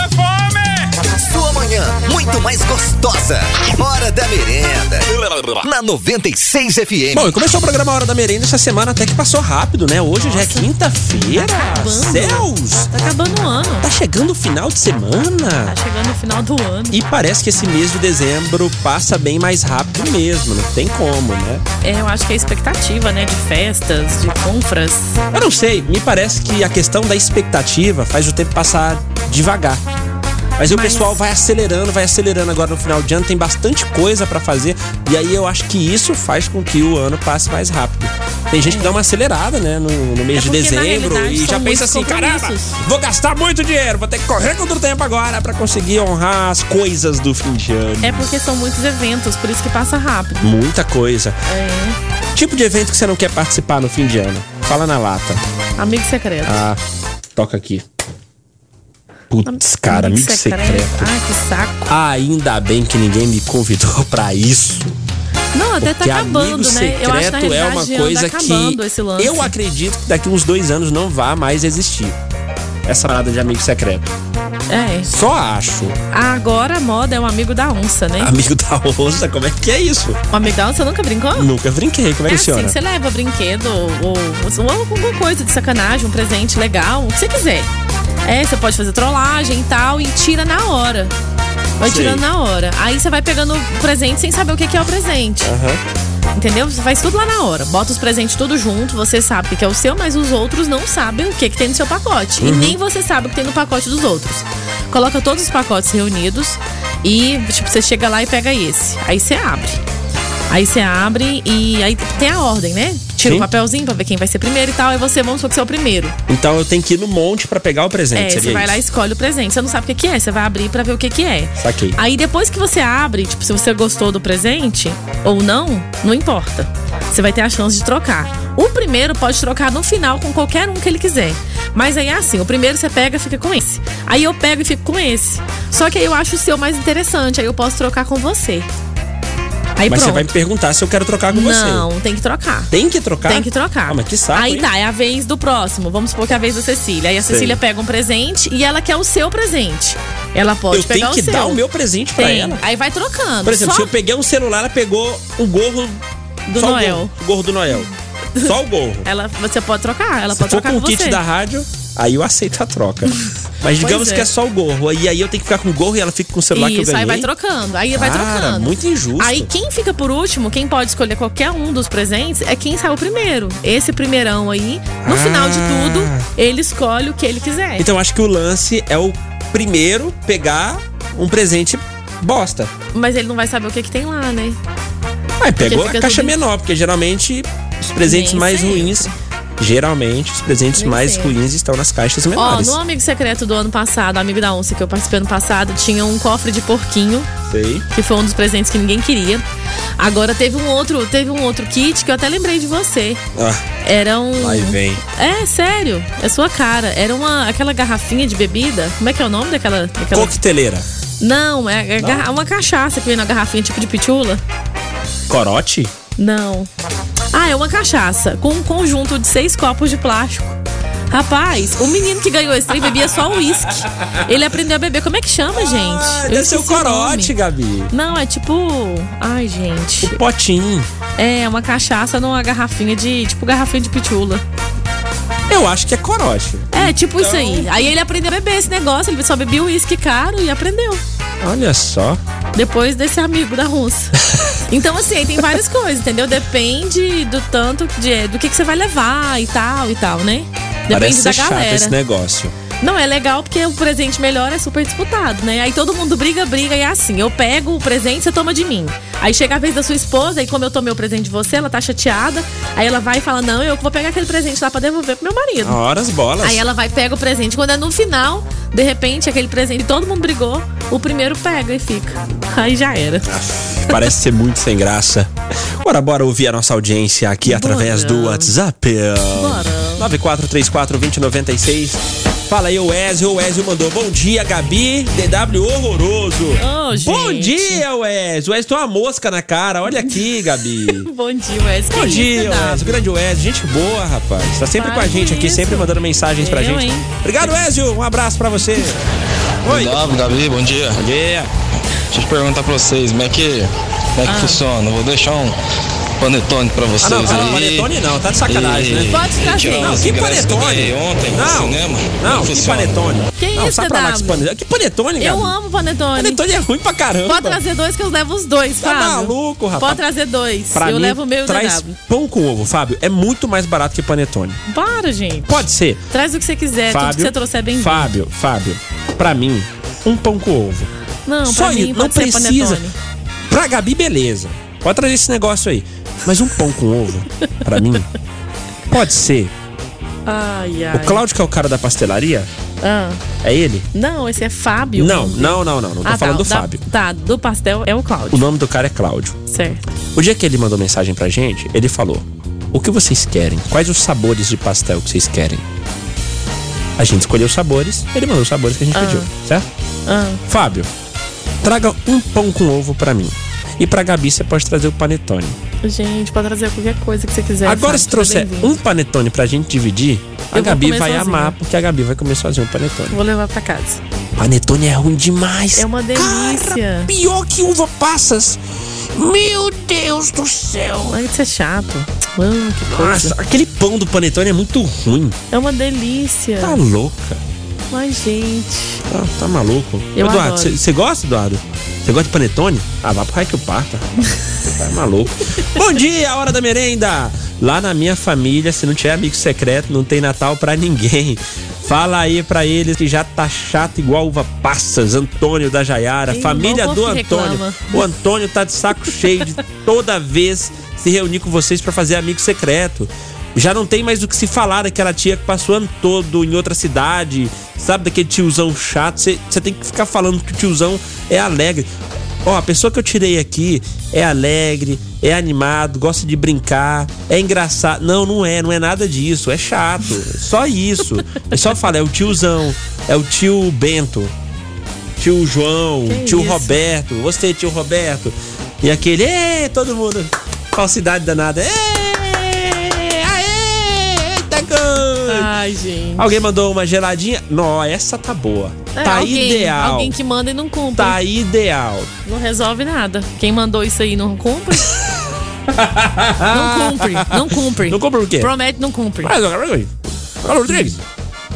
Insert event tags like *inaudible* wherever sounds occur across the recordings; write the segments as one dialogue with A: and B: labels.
A: a fome!
B: Sua manhã, muito mais gostosa. Hora da merenda. Na 96 FM.
C: Bom, e começou o programa Hora da Merenda essa semana até que passou rápido, né? Hoje Nossa. já é quinta-feira.
D: Tá
C: Céus!
D: Tá acabando o ano.
C: Tá chegando o final de semana.
D: Tá chegando o final do ano.
C: E parece que esse mês de dezembro passa bem mais rápido mesmo, não tem como, né?
D: É, eu acho que é a expectativa, né? De festas, de compras.
C: Eu não sei, me parece que a questão da expectativa faz o tempo passar devagar. Mas, Mas... o pessoal vai acelerando, vai acelerando agora no final de ano, tem bastante coisa para fazer. E aí eu acho que isso faz com que o ano passe mais rápido. Tem gente que dá uma acelerada, né, no, no mês é de dezembro e já pensa assim: caramba, vou gastar muito dinheiro, vou ter que correr contra o tempo agora para conseguir honrar as coisas do fim de ano.
D: É porque são muitos eventos, por isso que passa rápido.
C: Muita coisa.
D: É.
C: Tipo de evento que você não quer participar no fim de ano? Fala na lata.
D: Amigo secreto.
C: Ah, toca aqui. Putz, cara, amigo, amigo secreto. secreto.
D: Ah, que saco.
C: Ainda bem que ninguém me convidou *laughs* para isso.
D: Não, até
C: Porque
D: tá acabando,
C: amigo
D: né?
C: Eu acho que é uma coisa
D: tá que
C: eu acredito que daqui uns dois anos não vá mais existir. Essa parada de amigo secreto.
D: É.
C: Só acho.
D: Agora a moda é o um amigo da onça, né?
C: Amigo da onça, como é que é isso?
D: O amigo da onça nunca brincou?
C: Nunca brinquei, como é, é que
D: assim,
C: senhora?
D: você leva brinquedo ou, ou alguma coisa de sacanagem, um presente legal, o que você quiser. É, você pode fazer trollagem e tal, e tira na hora. Vai
C: Sei.
D: tirando na hora. Aí você vai pegando o presente sem saber o que que é o presente.
C: Aham.
D: Entendeu? Você faz tudo lá na hora. Bota os presentes tudo junto, você sabe o que é o seu, mas os outros não sabem o que, que tem no seu pacote. E nem você sabe o que tem no pacote dos outros. Coloca todos os pacotes reunidos e, tipo, você chega lá e pega esse. Aí você abre. Aí você abre e aí tem a ordem, né? Tira o
C: Sim.
D: papelzinho pra ver quem vai ser primeiro e tal. Aí você, vamos supor que você é o primeiro.
C: Então eu tenho que ir no monte pra pegar o presente.
D: É, você
C: seria
D: vai lá e
C: isso?
D: escolhe o presente. Você não sabe o que que é, você vai abrir pra ver o que que é.
C: Saquei.
D: Aí depois que você abre, tipo, se você gostou do presente ou não, não importa. Você vai ter a chance de trocar. O primeiro pode trocar no final com qualquer um que ele quiser. Mas aí é assim, o primeiro você pega e fica com esse. Aí eu pego e fico com esse. Só que aí eu acho o seu mais interessante, aí eu posso trocar com você. Aí
C: Mas você
D: pronto.
C: vai me perguntar se eu quero trocar com você.
D: Não, tem que trocar.
C: Tem que trocar?
D: Tem que trocar.
C: Ah, mas que saco,
D: Aí
C: hein?
D: dá, é a vez do próximo. Vamos supor que é a vez da Cecília. Aí a
C: Sei.
D: Cecília pega um presente e ela quer o seu presente. Ela pode
C: Eu
D: pegar
C: tenho que
D: o seu.
C: dar o meu presente pra
D: Tem.
C: ela.
D: Aí vai trocando.
C: Por exemplo,
D: Só
C: se eu peguei um celular, ela pegou o gorro
D: do
C: só o
D: Noel.
C: gorro, o gorro do
D: *laughs*
C: Noel. Só o gorro.
D: Ela, você pode trocar, ela
C: se
D: pode
C: for
D: trocar
C: com o
D: com
C: kit
D: você.
C: da rádio, aí eu aceito a
D: *laughs*
C: troca. Mas digamos
D: é.
C: que é só o gorro. E aí eu tenho que ficar com o gorro e ela fica com o celular que eu
D: Isso,
C: ganhei.
D: aí vai trocando, aí vai
C: Cara,
D: trocando.
C: muito injusto.
D: Aí é. quem fica por último, quem pode escolher qualquer um dos presentes, é quem saiu primeiro. Esse primeirão aí, no
C: Ah.
D: final de tudo, ele escolhe o que ele quiser.
C: Então acho que o lance é o primeiro pegar um presente bosta.
D: Mas ele não vai saber o que, que tem lá, né?
C: Aí pegou a
D: fica
C: caixa
D: tudo-
C: menor, porque geralmente os presentes
D: Nem
C: mais
D: sempre.
C: ruins. Geralmente os presentes
D: Nem
C: mais
D: sempre.
C: ruins estão nas caixas
D: Ó,
C: menores.
D: no Amigo Secreto do ano passado, Amigo da Onça, que eu participei ano passado, tinha um cofre de porquinho.
C: Sei.
D: que foi um dos presentes que ninguém queria. Agora teve um outro, teve um outro kit que eu até lembrei de você.
C: Ah,
D: Era um
C: lá e vem.
D: É, sério, é sua cara. Era uma aquela garrafinha de bebida. Como é que é o nome daquela, daquela...
C: Coqueteleira.
D: Não, é, é garra- uma cachaça que vem na garrafinha tipo de pitula?
C: Corote?
D: Não. Ah, é uma cachaça com um conjunto de seis copos de plástico. Rapaz, o menino que ganhou esse trem bebia só uísque. Ele aprendeu a beber. Como é que chama, gente?
C: Ah,
D: Eu
C: deve ser o
D: esqueci nome.
C: corote, Gabi.
D: Não, é tipo. Ai, gente.
C: O potinho.
D: É, uma cachaça numa garrafinha de. Tipo garrafinha de pitula.
C: Eu acho que é corote.
D: É, tipo isso
C: Então,
D: aí. Aí ele aprendeu a beber esse negócio, ele só bebia uísque caro e aprendeu.
C: Olha só.
D: Depois desse amigo da
C: *laughs*
D: Russa. Então, assim, aí tem várias coisas, entendeu? Depende do tanto de, é, do que, que você vai levar e tal e tal, né? Depende
C: Parece ser
D: da
C: chato esse
D: galera.
C: negócio.
D: Não, é legal porque o presente melhor é super disputado, né? Aí todo mundo briga, briga e é assim. Eu pego o presente, você toma de mim. Aí chega a vez da sua esposa, e como eu tomei o presente de você, ela tá chateada. Aí ela vai e fala: Não, eu vou pegar aquele presente lá pra devolver pro meu marido.
C: Ah, Horas bolas.
D: Aí ela vai e pega o presente. Quando é no final, de repente, aquele presente, todo mundo brigou, o primeiro pega e fica. Aí já era.
C: *laughs* Parece ser muito sem graça. Bora, bora ouvir a nossa audiência aqui através do WhatsApp.
D: Bora.
C: 94342096. Fala aí, o Wesley. O Wesley mandou bom dia, Gabi. DW horroroso.
D: Ô, gente.
C: Bom dia, Wesley. O Wesley tem uma mosca na cara. Olha aqui, Gabi.
D: *laughs* Bom dia, Wesley. Que
C: Bom dia,
D: isso, Davi?
C: Wesley. Grande Wesley. Gente boa, rapaz. Tá sempre com a
D: Faz
C: gente aqui,
D: isso.
C: sempre mandando mensagens pra
D: Eu,
C: gente.
D: hein?
C: Obrigado, Wesley. Um abraço pra você. Oi.
E: Salve, Gabi, bom dia.
C: Bom dia.
E: Deixa eu perguntar pra vocês, como é que, como é que funciona? Eu Vou deixar um panetone pra vocês
C: Ah, não, fala
E: aí.
C: panetone não, tá de sacanagem, né?
D: Pode trazer.
E: tirar
D: Não,
E: uns
C: que
E: ingressos que eu
C: panetone?
E: ganhei ontem no
C: Não,
E: cinema. Como é
C: não, que
E: funciona?
C: panetone.
D: Que
C: não,
D: isso,
C: sai pra lá com esse
D: DW?
C: panetone. Que panetone,
D: Eu
C: Gabi?
D: amo panetone.
C: Panetone é ruim pra caramba.
D: Pode trazer dois que eu levo os dois,
C: Tá
D: Fábio.
C: maluco, rapaz?
D: Pode trazer dois.
C: Pra
D: eu
C: mim,
D: levo o meu e o
C: traz
D: DW.
C: pão com ovo, Fábio. É muito mais barato que panetone.
D: Para, gente.
C: Pode ser.
D: Traz o que você quiser,
C: Fábio,
D: tudo que você trouxer é bem
C: Fábio, Fábio, pra mim, um pão com ovo.
D: Não, pra
C: Só
D: mim
C: isso,
D: pode
C: não
D: ser
C: precisa.
D: panetone.
C: Pra Gabi, beleza. Pode trazer esse negócio aí. Mas um pão com ovo, pra mim, pode ser.
D: Ai, ai.
C: O Cláudio, que é o cara da pastelaria,
D: Ah,
C: é ele?
D: não, esse é Fábio.
C: Não, não, não, não. Não tô
D: Ah, tá,
C: falando do
D: da-
C: Fábio.
D: Tá, do pastel é o Cláudio.
C: O nome do cara é Cláudio.
D: Certo.
C: O dia que ele mandou mensagem pra gente, ele falou: O que vocês querem? Quais os sabores de pastel que vocês querem? A gente escolheu os sabores, ele mandou os sabores que a gente pediu, certo?
D: Ah,
C: Fábio, traga um pão com ovo pra mim. E pra Gabi você pode trazer o panetone.
D: gente, pode trazer qualquer coisa que você quiser.
C: Agora,
D: Fábio,
C: se trouxer
D: tá bem-vindo.
C: um panetone pra gente dividir, a
D: Eu vou
C: Gabi
D: comer
C: vai
D: sozinha.
C: amar, porque a Gabi vai comer sozinha o panetone.
D: Vou levar pra casa.
C: Panetone é ruim demais.
D: É uma delícia.
C: Cara, pior que uva passas. Meu Deus do céu.
D: Ai, isso é chato. Ah, que coisa.
C: Nossa, aquele pão do panetone é muito ruim.
D: É uma delícia.
C: Tá louca.
D: Mas, gente.
C: Tá, tá maluco.
D: Eu
C: Eduardo,
D: adoro.
C: você gosta, Eduardo? Você gosta de panetone? Ah, vá pro raio que o parta. Tá
D: *laughs*
C: maluco. Bom dia, hora da merenda. Lá na minha família, se não tiver amigo secreto, não tem Natal pra ninguém. Fala aí pra eles que já tá chato igual uva passas. Antônio da Jaiara,
D: Ih,
C: família
D: bom
C: do
D: povo que
C: Antônio.
D: reclama.
C: O Antônio tá de saco cheio de toda vez se reunir com vocês pra fazer amigo secreto. Já não tem mais o que se falar daquela tia que passou o ano todo em outra cidade, sabe? Daquele tiozão chato. Você tem que ficar falando que o tiozão é alegre. Ó, a pessoa que eu tirei aqui é alegre, é animado, gosta de brincar, é engraçado. Não, não é, não é nada disso, é chato. É só isso. É só falar, é o tiozão, é o tio Bento, tio João,
D: Que
C: tio
D: isso.
C: Roberto, você, tio Roberto. E aquele, "Ê", todo mundo, falsidade danada. "Ê, aê, eita, gol".
D: Ai, gente.
C: Alguém mandou uma geladinha? Não, essa tá boa.
D: É,
C: tá
D: alguém,
C: ideal.
D: Alguém que manda e não cumpre.
C: Tá ideal.
D: Não resolve nada. Quem mandou isso aí
C: *laughs*
D: não cumpre? não cumpre, não cumpre.
C: Não compra o quê?
D: Promete, não cumpre.
C: Mas, olha, olha, olha, Rodrigues.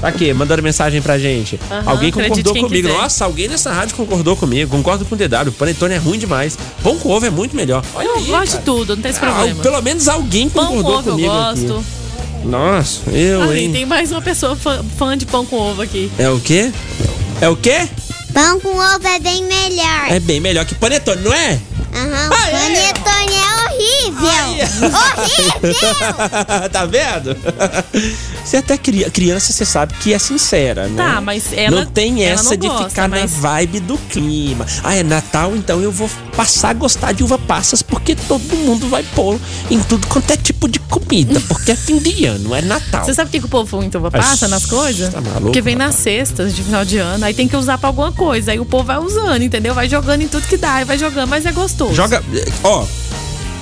C: Tá aqui, mandando mensagem pra gente.
D: Uhum. Aham,
C: alguém
D: acredite
C: concordou
D: quem
C: comigo.
D: quiser.
C: Nossa, alguém nessa rádio concordou comigo. Concordo com o DW. Panetone é ruim demais. Pão com ovo é muito melhor. Olha
D: Eu
C: aí,
D: gosto
C: cara.
D: de tudo, não tem esse
C: Ah,
D: problema.
C: pelo menos alguém
D: Pão com
C: concordou
D: ovo eu
C: comigo. aqui.
D: gosto.
C: Nossa, eu,
D: Ah, e
C: hein?
D: tem mais uma pessoa fã, fã de pão com ovo aqui.
C: É o quê? É o quê?
F: Pão com ovo é bem melhor.
C: É bem melhor que panetone, não é?
F: Aham,
C: Aê!
F: panetone é horrível.
C: *laughs*
F: Horrível!
C: tá vendo? Você até cria, criança, você sabe que é sincera, né?
D: Tá, mas ela-
C: Não tem
D: ela
C: essa
D: não
C: de
D: gosta,
C: ficar
D: mas-
C: na vibe do clima. Ah, é Natal, então eu vou passar a gostar de uva passas, porque todo mundo vai pôr em tudo quanto é tipo de
D: *laughs*
C: comida, porque é fim de ano, é Natal.
D: Você sabe o que, que o povo então passa
C: Ai,
D: nas coisas?
C: tá maluco,
D: Porque vem nas
C: rapaz.
D: cestas de final de ano, aí tem que usar pra alguma coisa. Aí o povo vai usando, entendeu? Vai jogando em tudo que dá, e vai jogando, mas é gostoso.
C: Joga. Ó,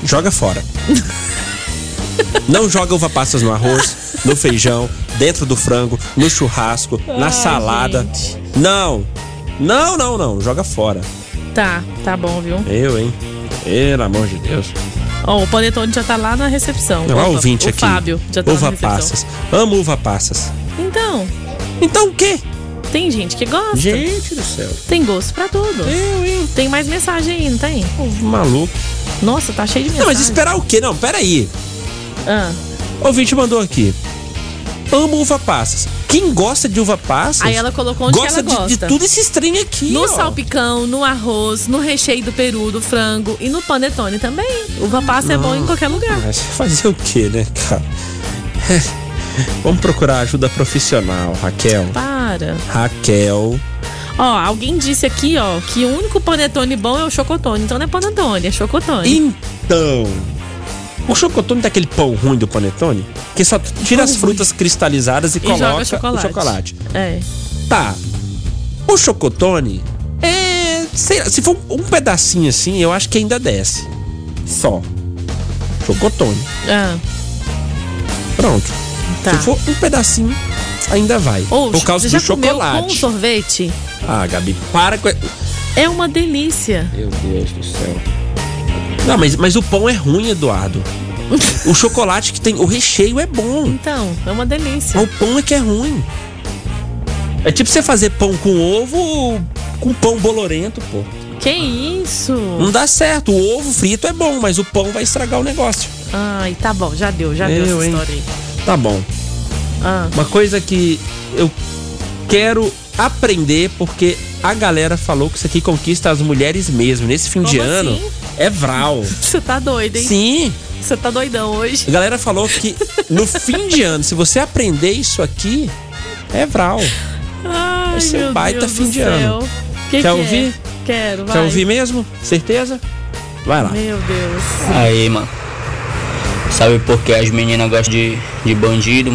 C: joga
D: *laughs*
C: fora. Não joga uva passas no arroz, no feijão, dentro do frango, no churrasco, na
D: Ai,
C: salada.
D: gente.
C: Não! Não, não, não. Joga fora.
D: Tá, tá bom, viu?
C: Eu, hein? Pelo amor de Deus.
D: Ó, o Panetone já tá lá na recepção.
C: Não,
D: Opa,
C: há ouvinte
D: o
C: aqui.
D: Fábio já tá lá na
C: uva
D: recepção.
C: passas. Amo uva passas.
D: Então,
C: Então o quê?
D: tem gente que gosta.
C: Gente do céu.
D: Tem gosto pra tudo.
C: Eu, hein?
D: Tem mais mensagem aí, não tem?
C: Povo maluco.
D: Nossa, tá cheio de
C: Não,
D: mensagem.
C: mas esperar o quê? Não, peraí.
D: Ah,
C: Ouvinte mandou aqui. Amo uva passas. Quem gosta de uva passas?
D: Aí ela colocou onde que
C: gosta
D: ela
C: de- De,
D: gosta.
C: tudo esse trem aqui.
D: no
C: ó.
D: salpicão, no arroz, no recheio do peru, do frango e no panetone também. Uva passa é bom em qualquer lugar.
C: Mas fazer o quê, né, cara? *laughs* Vamos procurar ajuda profissional, Raquel.
D: Para.
C: Raquel.
D: Ó, alguém disse aqui, ó, que o único panetone bom é o chocotone. Então não é panetone, é chocotone.
C: Então. O chocotone tem aquele pão ruim do panetone, que só tira as frutas cristalizadas e,
D: E
C: coloca
D: joga chocolate.
C: o chocolate.
D: É.
C: Tá. O chocotone é. Sei lá, se for um pedacinho assim, eu acho que ainda desce. Só. Chocotone.
D: Ah,
C: Pronto.
D: tá.
C: Se for um pedacinho, ainda vai.
D: Ou,
C: Por causa
D: você
C: do
D: já comeu
C: chocolate.
D: Com sorvete?
C: Ah, Gabi, para com.
D: É uma delícia.
C: Meu Deus do céu. Não, mas, mas o pão é ruim, Eduardo. o chocolate que tem. O recheio é bom.
D: Então, é uma delícia.
C: Mas o pão é que é ruim. É tipo você fazer pão com ovo com pão bolorento, pô.
D: Que isso?
C: Não dá certo. O ovo frito é bom, mas o pão vai estragar o negócio.
D: Ai, tá bom, já deu, já
C: Eu,
D: deu essa
C: hein?
D: história aí.
C: Tá bom.
D: Ah,
C: Uma coisa que eu quero aprender, porque a galera falou que isso aqui conquista as mulheres mesmo. Nesse fim de
D: Como
C: ano,
D: assim?
C: é vral.
D: você tá doido, hein?
C: Sim.
D: Você tá doidão hoje.
C: A galera falou que no fim de ano, se você aprender isso aqui, é vral.
D: Ai,
C: ser um
D: meu
C: baita
D: Deus
C: fim
D: do
C: de
D: céu.
C: ano.
D: Que que é?
C: ouvir?
D: Quero, vai.
C: Quer ouvir mesmo? Certeza? Vai lá.
D: Meu Deus.
G: Aí, mano. Sabe por que as meninas gostam de, de bandido?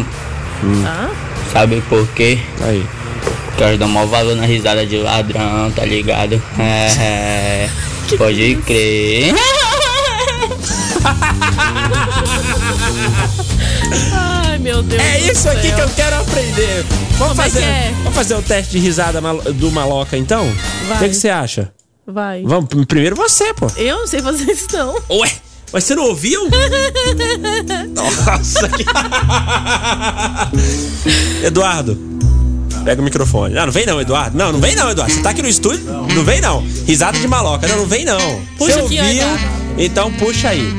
H: Hum.
D: Ah,
G: Sabe por quê?
C: Aí.
G: Porque elas dão maior valor na risada de ladrão, tá ligado? É, é, pode crer.
D: Ai, meu Deus.
C: É
D: do
C: isso aqui
D: céu.
C: que eu quero aprender. Vamos
D: Como é
C: fazer,
D: que é?
C: vamos fazer o teste de risada mal- do maloca então? O
D: Vai.
C: que, que você acha?
D: Vai.
C: Vamos, pr- primeiro você, pô.
D: Eu não sei fazer isso, não.
C: Ué, mas você não ouviu? Nossa. que- *laughs* Eduardo, pega o microfone. Ah, Não, não vem não, Eduardo. Não, não vem não, Eduardo. Você tá aqui no estúdio? Não vem não. Risada de maloca. Não, não vem não.
D: Puxa
C: você
D: aqui,
C: ouviu?
D: ó, Eduardo.
C: Então puxa aí.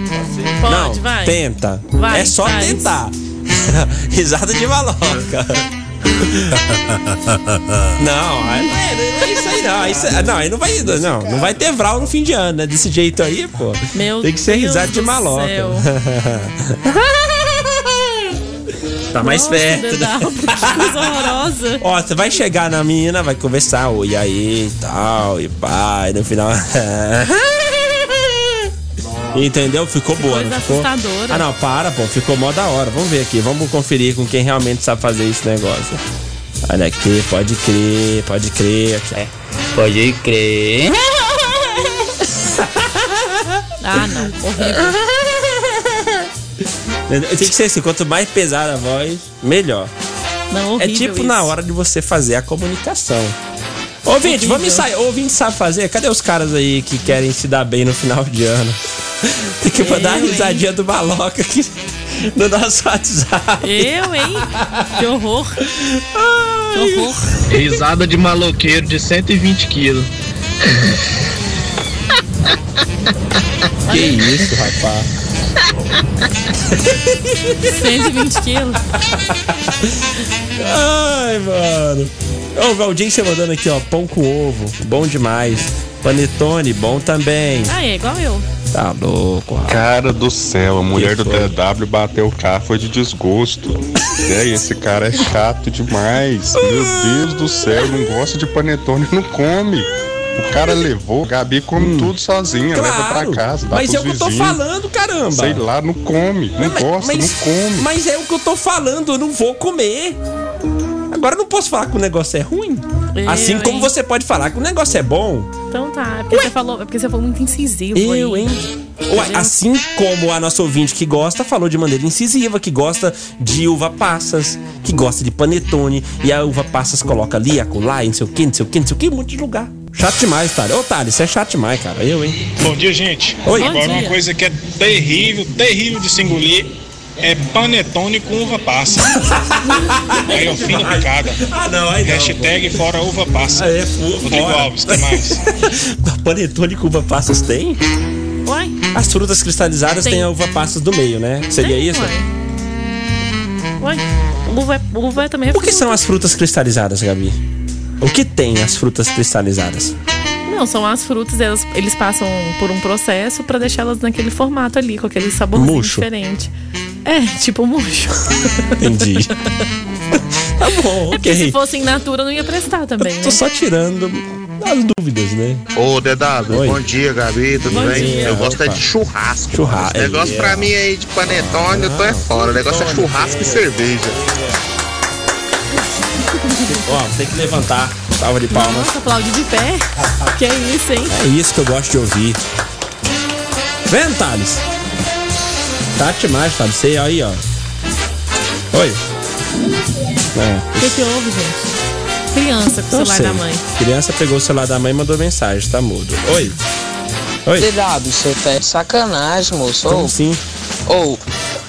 D: Pode,
C: não,
D: vai. *laughs*
C: tenta.
D: Vai,
C: é só
D: vai.
C: tentar. *laughs* Risada de
D: *laughs*
C: maloca. Não, aí não é, não é isso aí não. Aí cê- não, aí não vai, não, não vai ter vral no fim de ano, né? Desse jeito aí, pô.
D: Meu
C: Tem que ser
D: Deus
C: risada de
D: do
C: maloca.
D: céu.
C: *laughs* Tá mais
D: Nossa,
C: perto, né?
D: Dedal, que coisa
C: *laughs*
D: horrorosa.
C: Ó, você vai chegar na menina, vai conversar, oi, e aí e tal, e pai, no final. *laughs* Entendeu? Ficou boa,
D: coisa
C: não ficou?
D: assustadora.
C: Ah, não, para, pô, ficou mó da hora. Vamos ver aqui, vamos conferir com quem realmente sabe fazer esse negócio. Olha aqui, pode crer, pode crer. Aqui.
G: É, pode crer.
D: Ah, não. Horrível.
C: Entendeu? Tem que ser assim, quanto mais pesada a voz, melhor.
D: Não,
C: É
D: horrível
C: tipo
D: isso.
C: na hora de você fazer a comunicação. Ouvinte,
D: Horrível.
C: vamos ensaiar. Ouvinte sabe fazer? Cadê os caras aí que querem se dar bem no final de ano? *laughs* Tem que mandar
D: Eu,
C: a risadinha do maloca aqui *laughs* no nosso WhatsApp. *laughs*
D: Eu, hein? Que horror. Que
C: É
D: horror.
E: Risada de maloqueiro de 120 quilos.
C: Que isso, rapaz.
D: 120 quilos.
C: Ai, mano. Ô, Valdir, você mandando aqui, ó. Pão com ovo, bom demais. Panetone, bom também.
D: Ah, é igual eu.
C: Tá louco, rapaz.
I: Cara do céu, a mulher do
C: foi?
I: DW bateu o carro foi de desgosto. E aí, esse cara é chato demais. Meu Deus do céu, não gosta de panetone, não come. O cara levou, Gabi come tudo sozinha, leva pra
C: Hum. Claro,
I: casa, dá
C: mas
I: pros
C: é o que eu tô
I: vizinhos.
C: falando, caramba.
I: Sei lá, não come, não
C: Mas-
I: gosta,
C: mas-
I: não come.
C: Mas é o que eu tô falando, eu não vou comer. Agora eu não posso falar que o negócio é ruim.
D: Eu,
C: assim como
D: hein?
C: você pode falar que o negócio é bom.
D: Então tá. É porque, você falou, é porque você falou muito incisivo. aí.
C: Ué, assim como a nossa ouvinte que gosta falou de maneira incisiva, que gosta de uva passas, que gosta de panetone, e a uva passas coloca ali, acolá, e não sei o que, não sei o que, não sei o que, um monte de lugar. Chato demais, Thales. Ô, Thales, você é chato demais, cara. Eu, hein?
A: Bom dia, gente.
C: Oi.
D: Bom
A: Agora, uma
D: dia.
A: coisa que é terrível, terrível de se engolir é panetone com uva
C: *laughs*
A: passa. Aí eu fim da picada.
C: Ah, não, aí
A: É, Hashtag fora uva passa.
C: Aí é fu-
A: Rodrigo
C: fora.
A: Alves, que mais?
C: Panetone com uva passas tem?
D: Uai,
C: As frutas cristalizadas
D: Tem.
C: têm a uva passas do meio, né? Seria
D: tem,
C: isso?
D: Uai. uai. Uva, é- uva é também
C: O que
D: fruta.
C: são as frutas cristalizadas, Gabi? O que tem as frutas cristalizadas?
D: Não, são as frutas, elas, eles passam por um processo pra deixá-las naquele formato ali, com aquele sabor
C: Murcho.
D: diferente. É,
C: *laughs*
D: tipo murcho.
C: Entendi. tá bom,
D: É porque se
C: ok.
D: fosse em natura não ia prestar também, né?
C: Tô só tirando das dúvidas, né?
J: Ô, Dedado,
C: Oi.
J: bom dia, Gabi, tudo
D: Bom
J: bem?
C: dia.
J: Eu gosto é
C: Opa.
J: de churrasco.
C: Churrasco.
J: Esse negócio pra mim aí de panetone, eu tô é fora. O negócio é churrasco e cerveja.
C: Ó, tem que levantar. Salva de palmas.
D: Nossa, aplaude de pé. Que isso, hein?
C: É isso que eu gosto de ouvir. Vem, Thales. Tá demais, Thales. Você aí, ó. Oi. É,
D: O que, que houve, gente? Criança com o
C: não
D: celular
C: sei.
D: da mãe.
C: Criança pegou o celular da mãe e mandou mensagem. Tá mudo. Oi. Oi.
E: Dedado, você tá de sacanagem, moço.
C: Como assim? sim?
E: Ou,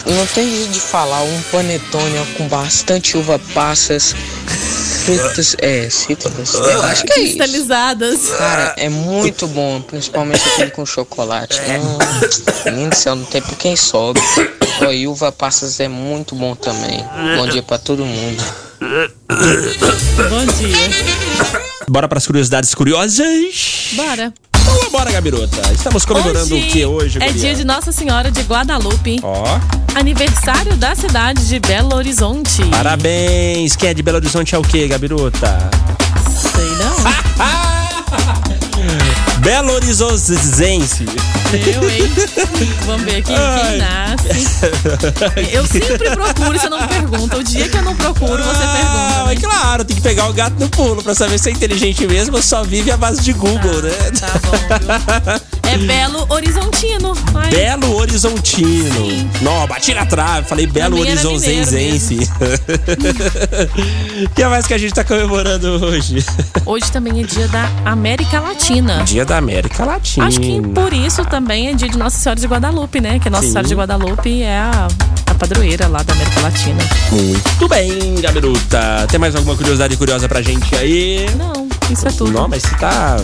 E: não tem jeito de falar um panetone ó, com bastante uva passas, frutas, é, cítricas. Eu acho que é
C: tá
E: isso.
D: Cristalizadas.
E: Cara, é muito bom, principalmente aquele com chocolate. Hum, menino do céu, não tem por quem sobe. Ó, e uva passas é muito bom também. Bom dia pra todo mundo.
D: Bom dia.
C: Bora pras curiosidades curiosas.
D: Bora.
C: Então bora, Gabirota. Estamos comemorando Tá o que hoje,
D: É dia de Nossa Senhora de Guadalupe,
C: Ó,
D: aniversário da cidade de Belo Horizonte.
C: parabéns. Quem é de Belo Horizonte é o quê, Gabirota?
D: Sei não.
C: Belo Horizontense.
D: Eu, hein? Vamos ver aqui
C: Ai.
D: quem nasce. Eu sempre procuro, você não me pergunta. O dia que eu não procuro, você
C: Ah,
D: pergunta.
C: mas
D: né?
C: claro, tem que pegar o gato no pulo pra saber se é inteligente mesmo ou só vive à base de Google, né?
D: Tá bom, viu? É Belo Horizontino. Ai,
C: Belo Horizontino.
D: Sim.
C: Não, bati na trave, falei Belo
D: mim era
C: Horizontense. O *laughs* que mais que a gente tá comemorando hoje?
D: Hoje também é dia da América Latina.
C: Dia da América Latina.
D: Acho que por isso também é dia de Nossa Senhora de Guadalupe, né? Que Nossa
C: Sim.
D: Senhora de Guadalupe é a, a padroeira lá da América Latina.
C: Muito bem, Gabiruta. Tem mais alguma curiosidade curiosa pra gente aí?
D: Não, isso é tudo.
C: Não, mas você tá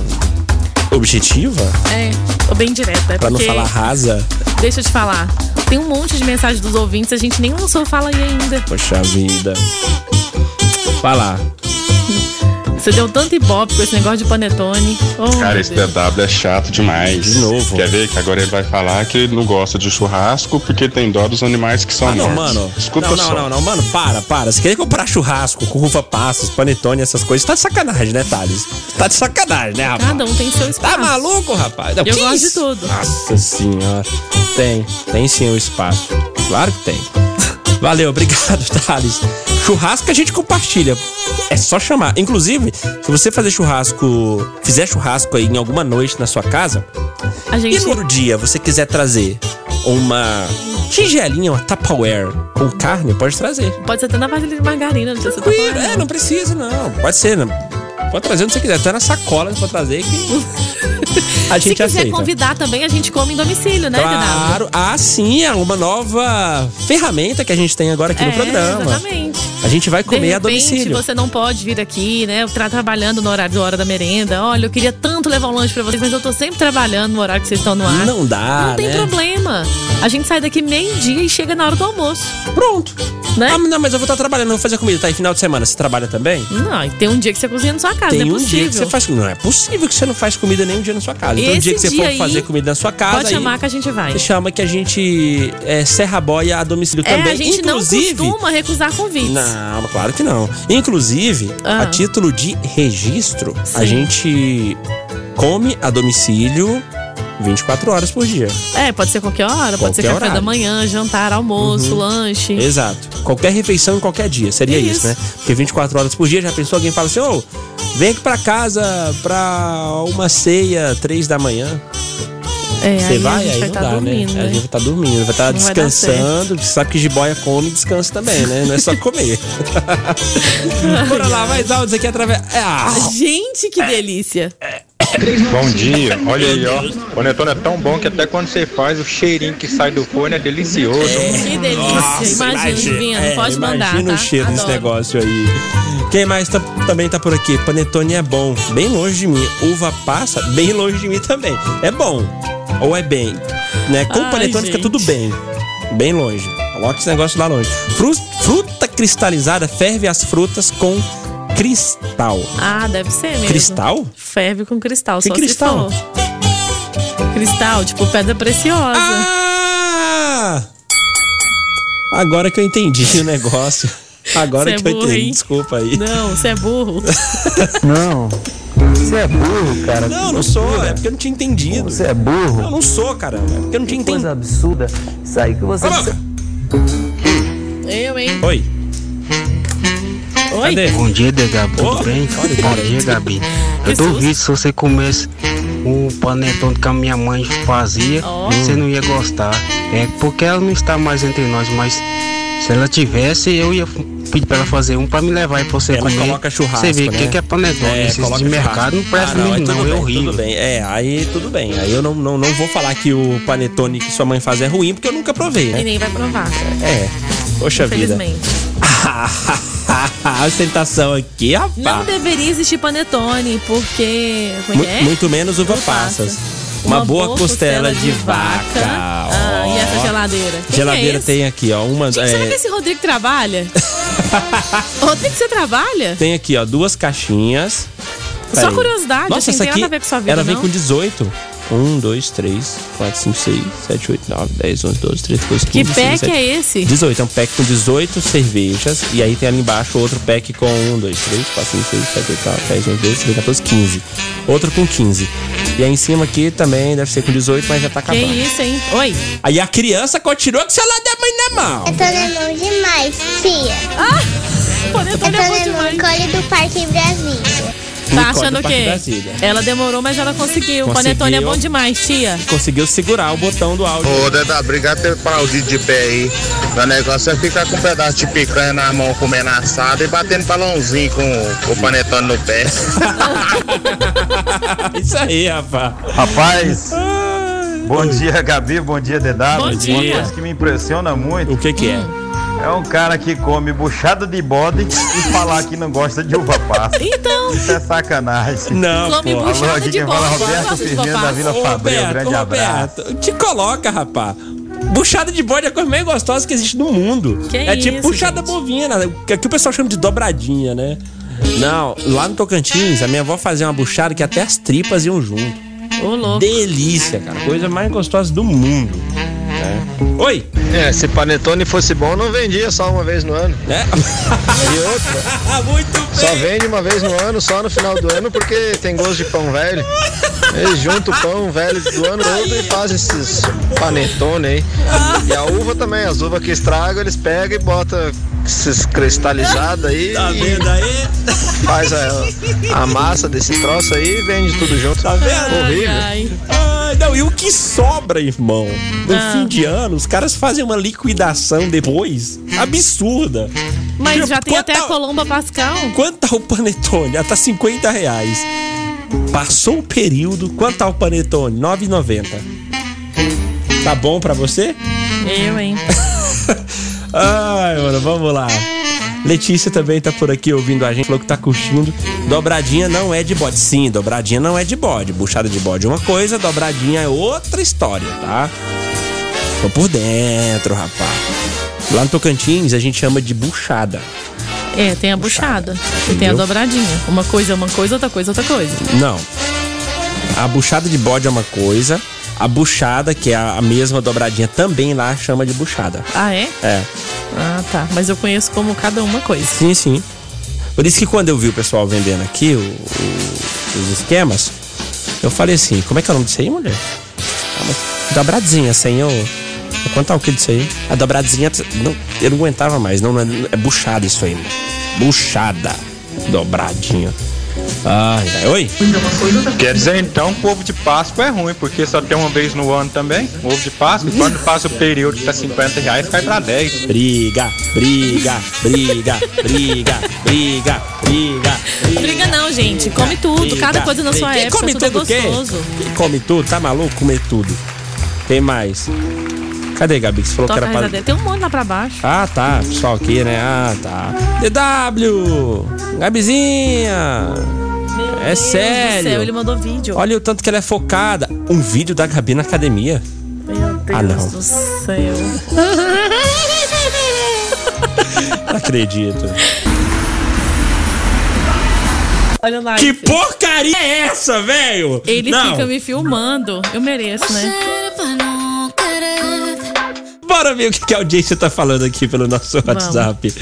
C: objetiva?
D: É, tô bem direta. É
C: Pra não
D: porque,
C: falar rasa?
D: deixa eu te falar, tem um monte de mensagem dos ouvintes, a gente nem lançou Fala Aí ainda.
C: Poxa vida. Falar.
D: Você deu tanto ibope com esse negócio de panetone. Oh,
I: Cara,
D: meu
I: esse
D: Deus.
I: DW é chato demais.
C: De novo.
I: Quer ver que agora ele vai falar que ele não gosta de churrasco porque tem dó dos animais que são
C: Ah, não,
I: mortos.
C: mano.
I: Escuta
C: não,
I: só.
C: não, não, não, mano, para, para. Você queria comprar churrasco com uva passas, panetone, essas coisas, tá de sacanagem, né, Thales? Tá de sacanagem, né, rapaz?
D: Cada um tem seu espaço.
C: Tá maluco, rapaz? Não,
D: Eu
C: que
D: gosto de
C: isso?
D: tudo.
C: Nossa senhora. Tem, tem sim o espaço. Claro que tem. Valeu, obrigado, *laughs* Thales. Churrasco a gente compartilha. É só chamar. Inclusive, se você fazer churrasco, fizer churrasco aí em alguma noite na sua casa,
D: A
C: e
D: gente
C: no outro dia você quiser trazer uma tigelinha, uma Tupperware com carne, pode trazer.
D: pode ser até na vasilha de margarina, não sei se você tá
C: Tranquilo,
D: falando.
C: é, não precisa, não. Pode ser, não. Pode trazer onde você quiser. Até na sacola você pode trazer que *laughs* a
D: Se
C: gente
D: quiser
C: aceita.
D: convidar também, a gente come em domicílio, né, Renato?
C: Claro, ah, sim, é uma nova ferramenta que a gente tem agora aqui
D: é,
C: no programa.
D: Exatamente.
C: A gente vai comer
D: de
C: a
D: repente,
C: domicílio.
D: você não pode vir aqui, né? Eu tra- trabalhando no horário do hora da merenda. Olha, eu queria tanto levar um lanche pra vocês, mas eu tô sempre trabalhando no horário que vocês estão no ar.
C: Não dá,
D: Não tem
C: né?
D: problema. A gente sai daqui meio-dia e chega na hora do almoço,
C: Pronto.
D: né?
C: Ah, não, mas eu vou estar trabalhando, não vou fazer comida. Tá, e final de semana, você trabalha também?
D: Não, e tem um dia que você cozinha na sua casa,
C: Tem
D: não é
C: um dia
D: possível.
C: que você faz comida. Não é possível que você não faz comida nem um dia na sua casa. Então, o
D: Esse
C: dia que você
D: dia
C: for
D: aí,
C: fazer comida na sua casa,
D: Pode
C: aí,
D: chamar que a gente vai.
C: você chama que a gente é, serra a boia a domicílio
D: É,
C: também.
D: a gente
C: Inclusive,
D: não costuma recusar convites.
C: Não, claro que não. Inclusive,
D: Ah.
C: a título de registro, a
D: Sim.
C: gente come a domicílio 24 horas por dia.
D: É, pode ser qualquer hora, pode
C: Qualquer
D: ser café
C: horário. Uhum.
D: da manhã, jantar, almoço, lanche.
C: Exato. Qualquer refeição em qualquer dia. Seria isso,
D: É Isso.
C: né? Porque 24 horas por dia, já pensou alguém fala assim, ô, vem aqui pra casa pra uma ceia, 3 da manhã.
D: É,
C: Você
D: aí a
C: vai,
D: gente
C: aí
D: vai
C: não
D: estar
C: dá,
D: dormindo,
C: né? Aí A gente vai
D: né?
C: estar dormindo, vai estar
D: Não vai dar
C: descansando. Você sabe que jiboia come e descansa também, né? Não é só
D: *laughs*
C: comer. Bora lá, mais áudios aqui através...
D: É,
C: Ah,
D: Gente, que delícia.
J: Bom dia, olha aí, ó. Panetone é tão bom que até quando você faz, o cheirinho que sai do forno é delicioso.
D: Que delícia. imagina, Divino,
C: é,
D: pode mandar.
C: Imagina o
D: tá?
C: cheiro desse
D: Adoro.
C: negócio aí. Quem mais tá- também tá por aqui? Panetone é bom, bem longe de mim. Uva passa, bem longe de mim também. É bom, ou é bem. Né? Com
D: Ai,
C: panetone fica
D: gente.
C: tudo bem. Bem longe. Coloca esse negócio lá longe. Fru- Fruta cristalizada ferve as frutas com cristal.
D: Ah, deve ser mesmo.
C: Cristal?
D: Ferve com cristal.
C: Que
D: só
C: cristal?
D: Se for. Cristal, tipo pedra preciosa.
C: Ah! Agora que eu entendi o negócio. Agora
D: Você é
C: que eu
D: burro,
C: entendi.
D: hein?
C: Desculpa aí.
D: Não, você é burro.
I: Não,
H: Você é burro, cara.
C: Não, não sou. É porque eu não tinha entendido.
H: Você é burro.
C: Eu não sou, cara. É porque eu não tinha entendido.
H: Coisa absurda. Isso aí que você.
D: Eu, hein?
C: Oi. Oi. Cadê?
K: Bom dia, Gabi.
C: Ô,
K: Tudo bem?
C: olha,
K: Bom dia, Gabi. Eu
D: Que susto.
K: duvido se você comesse o panetone que a minha mãe fazia,
D: Ó.
K: você não ia gostar. É porque ela não está mais entre nós, mas se ela tivesse, eu ia f- pedir para ela fazer um para me levar e pra você
C: Ela
K: comer.
C: coloca churrasco,
K: Você vê o
C: né?
K: que que é panetone, esses de
C: coloca
K: mercado não presta
C: Ah,
K: mesmo,
C: é
K: não,
C: tudo
K: é
C: bem,
K: horrível.
C: Tudo bem. É, aí tudo bem. Aí eu não, não, não vou falar que o panetone que sua mãe faz é ruim, porque eu nunca provei,
D: E
C: né?
D: nem vai provar.
C: É. Poxa vida. *laughs*
D: Infelizmente.
C: A ostentação aqui, rapaz.
D: Não deveria existir panetone, porque. como é que é?
C: Mu- muito menos uva
D: Uva
C: passas.
D: passas.
C: Uma, boa, costela, de vaca.
D: Ah,
C: ó.
D: e essa geladeira? Quem
C: Geladeira
D: é esse?
C: tem aqui, ó. Uma,
D: Gente, será
C: é,
D: que esse Rodrigo
C: *laughs*
D: trabalha? Rodrigo, você trabalha?
C: Tem aqui, ó, duas caixinhas.
D: Só curiosidade, assim,
C: essa
D: tem nada a ver com sua vida,
C: Ela vem
D: não?
C: com 18. 1, 2, 3, 4, 5, 6, 7, 8, 9, 10, 11, 12, 13, 14, 15,
D: Que pack
C: 17,
D: é esse?
C: 18. É um pack com 18 cervejas. E aí tem ali embaixo outro pack com 1, 2, 3, 4, 5, 6, 7, 8, 9, 10, 11, 12, 13, 14, 15. Outro com 15. E aí em cima aqui também deve ser com 18, mas já tá
D: Que
C: acabando.
D: isso, hein? Oi.
C: Aí a criança continua com o celular da mãe na mão.
D: Tá
F: Eu tô lembrando demais, Fia. Eu tô
D: Panetone é bom
F: lembrando
D: demais.
F: Nicole do Parque Brasília.
D: Tá achando o
C: Parque
D: quê?
C: Brasília.
D: Ela demorou, mas ela conseguiu. O Panetone é
C: Conseguiu.
D: bom demais, tia.
C: Conseguiu segurar o botão do áudio.
J: Ô, Dedá, obrigado por ter aplaudido de pé aí. O negócio é ficar com um pedaço de picanha na mão, comendo assado e batendo balãozinho com o panetone no pé.
C: *laughs* Isso aí, rapaz.
H: Rapaz. Bom dia, Gabi. Bom dia,
C: Ah,
H: DW.
D: Bom dia.
H: Uma coisa que me impressiona muito
C: O que que é?
D: Hum.
H: é um cara que come buchada de bode e falar que não gosta de uva passa.
D: Então,
H: Isso é sacanagem.
C: Não,
D: come
C: pô.
H: Alô,
D: buchada
H: aqui
D: de
H: quem
D: bola.
H: fala é
D: Eu
H: Roberto
D: gosto de
H: Firmino da
D: papasso.
H: Vila
C: Ô,
H: Fabril. Grande
C: ô,
H: abraço.
C: Roberto, te coloca, rapá. Buchada de bode é a coisa mais gostosa que existe no mundo.
D: Que
C: é tipo
D: isso,
C: puxada
D: gente.
C: bovina, né? que aqui o pessoal chama de dobradinha, né? Não, lá no Tocantins, a minha avó fazia uma buchada que até as tripas iam junto.
D: Ô, louco.
C: Delícia, cara. Coisa mais gostosa do mundo. né? Oi!
J: É, se panetone fosse bom, não vendia só uma vez no ano.
C: Né?
J: E outra,
C: *laughs* Muito
J: só vende uma vez no ano, só no final do ano, porque tem gosto de pão velho. Eles juntam o pão velho do ano todo e fazem esses panetone aí. E a uva também, as uvas que estragam, eles pegam e botam esses cristalizados aí
C: Tá
J: e
C: vendo aí?
J: faz a, a massa desse troço aí e vende tudo junto.
C: Tá vendo?
J: Horrível.
D: Ai,
C: Ai, Ah, não, e o que sobra, irmão? No
D: Ah.
C: fim de ano, os caras fazem uma liquidação depois absurda.
D: Mas
C: Tipo,
D: já tem
C: quanto
D: até a
C: tá-
D: Colomba Pascal.
C: Quanto tá o panetone? Ah, tá 50 reais. Passou o período, quanto tá o panetone? 9,90. Tá bom pra você?
D: Eu, hein?
C: Ai, mano, vamos lá. Letícia também tá por aqui ouvindo a gente, falou que tá curtindo. Dobradinha não é de bode. Sim, dobradinha não é de bode. Buchada de bode é uma coisa, dobradinha é outra história, tá? Tô por dentro, rapaz. Lá no Tocantins a gente chama de buchada.
D: É, tem a buchada. E tem a
C: Entendeu?
D: dobradinha. Uma coisa é uma coisa, outra coisa é outra coisa.
C: Não. A buchada de bode é uma coisa. A buchada, que é a a mesma dobradinha, também lá chama de buchada.
D: Ah, é?
C: É.
D: Ah, tá. Mas eu conheço como cada uma coisa.
C: Sim, sim. Por isso que quando eu vi o pessoal vendendo aqui o- o- os esquemas, eu falei assim, como é que é o nome disso aí, mulher? Ah, mas dobradinha, senhor. Quanto é o quilo disso aí? A dobradinha, não, eu não aguentava mais. Não, não é, é buchada isso aí, mano. Buchada. Dobradinha. Ai, ai, oi?
J: Quer dizer então que o ovo de Páscoa é ruim, porque só tem uma vez no ano também. O ovo de Páscoa, e quando passa o período que tá 50 reais, cai pra 10.
C: Briga, briga, briga, briga, briga, briga, briga.
D: Briga não, gente. Come tudo. Cada coisa na sua
C: Quem
D: época.
C: Come
D: tudo é
C: tudo o quê?
D: gostoso.
C: Quem come tudo? Tá maluco? Comer tudo. Tem mais. Cadê, Gabi? Que você falou
D: Toca a
C: que era
D: risadeira. Tem um monte lá pra baixo.
C: pra... Ah, tá. Pessoal aqui, né? Ah, tá. DW! Gabizinha!
D: Meu
C: É
D: Deus do
C: sério?
D: céu, ele mandou vídeo.
C: Olha o tanto que ela é focada. Um vídeo da Gabi na academia.
D: Meu Deus
C: Ah, não.
D: do céu.
C: Não
D: *laughs*
C: acredito.
D: Olha lá.
C: que
D: ele-
C: porcaria é essa, velho?
D: Ele
C: Não.
D: fica me filmando. Eu mereço, né?
C: Bora ver o que que a audiência tá falando aqui pelo nosso WhatsApp.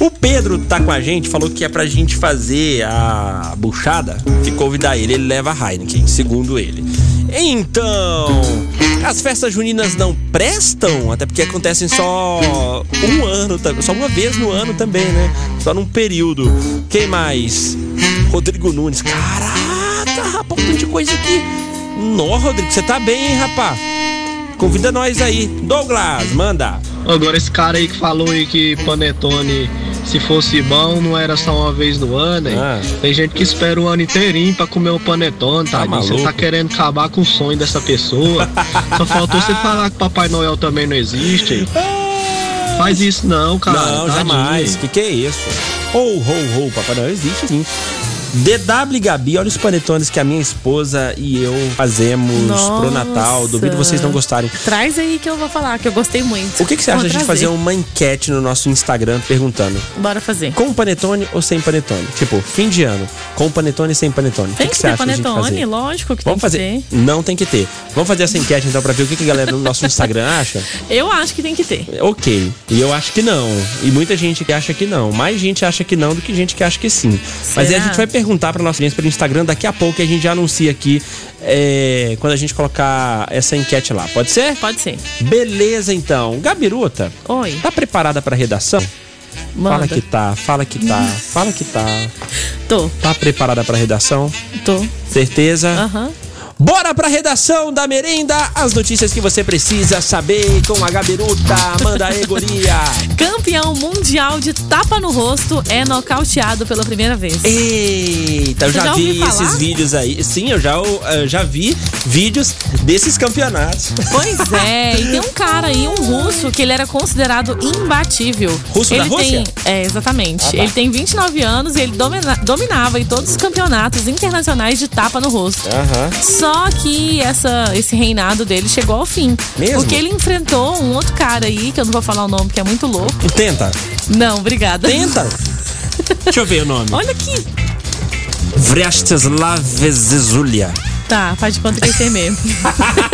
C: O Pedro tá com a gente, falou que é pra gente fazer a buchada e convidar ele, ele leva a Heineken, segundo ele. Então, as festas juninas não prestam, até porque acontecem só um ano, só uma vez no ano também, né? Só num período. Quem mais? Rodrigo Nunes. Caraca, rapaz, um monte de coisa aqui. Nó, Rodrigo, você tá bem, hein, rapaz? Convida nós aí. Douglas, manda.
L: Agora esse cara aí que falou aí que Panetone, se fosse bom, não era só uma vez no ano, hein?
C: Ah.
L: Tem gente que espera o ano inteirinho pra comer o Panetone, tá?
C: maluco.
L: você tá querendo acabar com o sonho dessa pessoa. só faltou você falar que Papai Noel também não existe. hein? Faz isso não, cara.
C: Não,
L: tadinho.
C: jamais. Que que é isso? Ou, ou, ou, Papai Noel existe sim. DW Gabi, olha os panetones que a minha esposa e eu fazemos pro
D: Nossa.
C: Natal. Duvido vocês não gostarem.
D: Traz aí que eu vou falar, que eu gostei muito.
C: O que, que você acha
D: Vou
C: de a gente
D: trazer.
C: fazer um- uma enquete no nosso Instagram perguntando?
D: Bora fazer.
C: Com panetone ou sem panetone? Tipo, fim de ano, com panetone e sem panetone. O que,
D: Tem
C: que
D: que
C: você
D: ter
C: acha de a gente
D: panetone,
C: fazer?
D: lógico que
C: Vamos
D: tem
C: fazer.
D: que ter.
C: Não tem que ter. Vamos fazer essa enquete então pra ver o que, que a galera no nosso Instagram acha.
D: Eu acho que tem que ter.
C: É, Ok. E eu acho que não. E muita gente que acha que não. Mais gente acha que não do que gente que acha que sim. Mas aí a
D: Será?
C: gente vai perguntar pra nossa audiência pelo Instagram daqui a pouco e a gente já anuncia aqui é, quando a gente colocar essa enquete lá. Pode ser?
D: Pode ser.
C: Beleza, então. Gabiruta.
D: Oi.
C: Tá preparada pra redação?
D: Manda.
C: Fala que tá, fala que tá, fala que tá.
D: Tô.
C: Tá preparada pra redação?
D: Tô.
C: Certeza?
D: Aham.
C: Bora pra redação da merenda, as notícias que você precisa saber com a Gabiruta. Manda aí, guria.
D: Campeão mundial de tapa no rosto é nocauteado pela primeira vez.
C: Eita, eu
D: Você
C: já,
D: já
C: vi
D: ouviu falar?
C: esses vídeos aí. Sim, eu já, eu já vi vídeos desses campeonatos.
D: Pois é, e tem um cara aí, um russo, que ele era considerado imbatível.
C: Russo da
D: ele
C: Rússia?
D: tem, É, exatamente.
C: Ah, tá.
D: Ele tem 29 anos e ele domina- dominava aí todos os campeonatos internacionais de tapa no rosto.
C: Aham.
D: Só que essa, esse reinado dele chegou ao fim.
C: Mesmo?
D: Porque ele enfrentou um outro cara aí, que eu não vou falar o nome, que é muito louco.
C: Tenta,
D: Não, obrigada.
C: tenta.
D: *laughs*
C: Deixa eu ver o nome.
D: Olha que.
C: Vrestislav Zezulia.
D: Tá, faz de conta que esse é mesmo.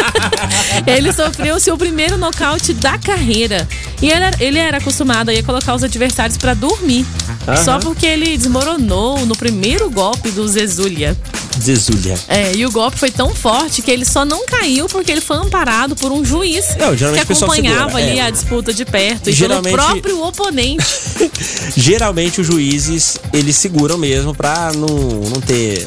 C: *laughs*
D: ele sofreu seu primeiro nocaute da carreira. E ele era, ele era acostumado aí a colocar os adversários pra dormir.
C: Aham.
D: Só porque ele desmoronou no primeiro golpe do Zezulia.
C: Zezulia.
D: É, e o golpe foi tão forte que ele só não caiu porque ele foi amparado por um juiz
C: Não, É, geralmente o
D: que
C: pessoal
D: acompanhava
C: segura,
D: ali
C: é.
D: a disputa de perto. E
C: Geralmente-
D: pelo próprio oponente.
C: Geralmente os juízes, eles seguram mesmo pra não, não ter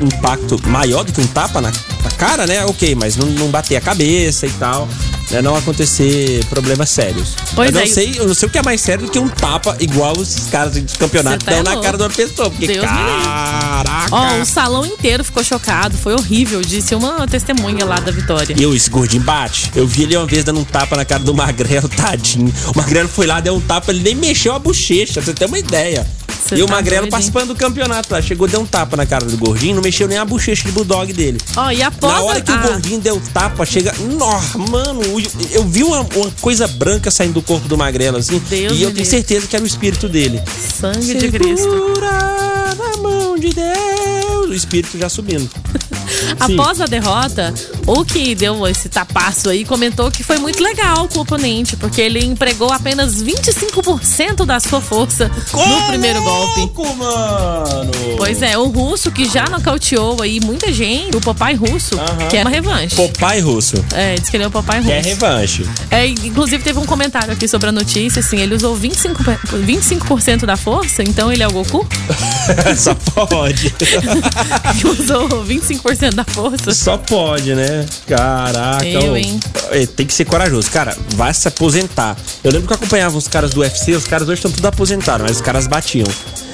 C: impacto maior do que um tapa na, na cara, né? Ok, mas não, não bater a cabeça e tal. Né? Não acontecer problemas sérios.
D: Pois
C: eu não
D: é.
C: sei, eu não sei o que é mais sério do que um tapa igual os caras de campeonato
D: Você tá
C: dão na
D: louco.
C: cara de uma pessoa. Porque,
D: Deus me livre.
C: caraca!
D: Ó,
C: *laughs*
D: o salão inteiro ficou chocado. Foi horrível, disse uma testemunha lá da vitória.
C: E eu, esse gordinho bate. Eu vi ele uma vez dando um tapa na cara do Magrelo, *laughs* tadinho. O Magrelo foi lá, deu um tapa, ele nem mexeu a bochecha, pra você ter uma ideia.
D: Você
C: e o
D: tá
C: Magrelo
D: doido, hein?
C: participando do campeonato lá. Chegou, deu um tapa na cara do gordinho, não mexeu nem a bochecha de bulldog dele.
D: Ó, e após
C: na hora que
D: a...
C: o gordinho deu o tapa, chega. Nossa, mano, eu, eu vi uma, uma coisa branca saindo do corpo do Magrelo, assim.
D: Deus
C: e eu
D: me
C: tenho
D: livre.
C: certeza que era o espírito dele.
D: Sangue de Cristo.
C: Segura na mão de Deus. O espírito já subindo. Sim.
D: Após a derrota, o que deu esse tapaço aí comentou que foi muito legal com o oponente, porque ele empregou apenas 25% da sua força no primeiro golpe.
C: Louco, mano.
D: Pois é, o russo que já nocauteou aí muita gente, o papai russo,
C: Aham.
D: que é uma revanche.
C: Popai russo.
D: É, diz que ele é o papai russo.
C: Que é revanche. *laughs*
D: É, inclusive teve um comentário aqui sobre a notícia, assim, ele usou 25%, 25 da força, então ele é o Goku? *laughs*
C: Só pode.
D: Que usou 25% da força.
C: Só pode, né? Caraca.
D: Eu,
C: ô.
D: hein?
C: É, Tem que ser corajoso. Cara, vai se aposentar. Eu lembro que eu acompanhava os caras do UFC, os caras hoje estão tudo aposentados, mas os caras batiam.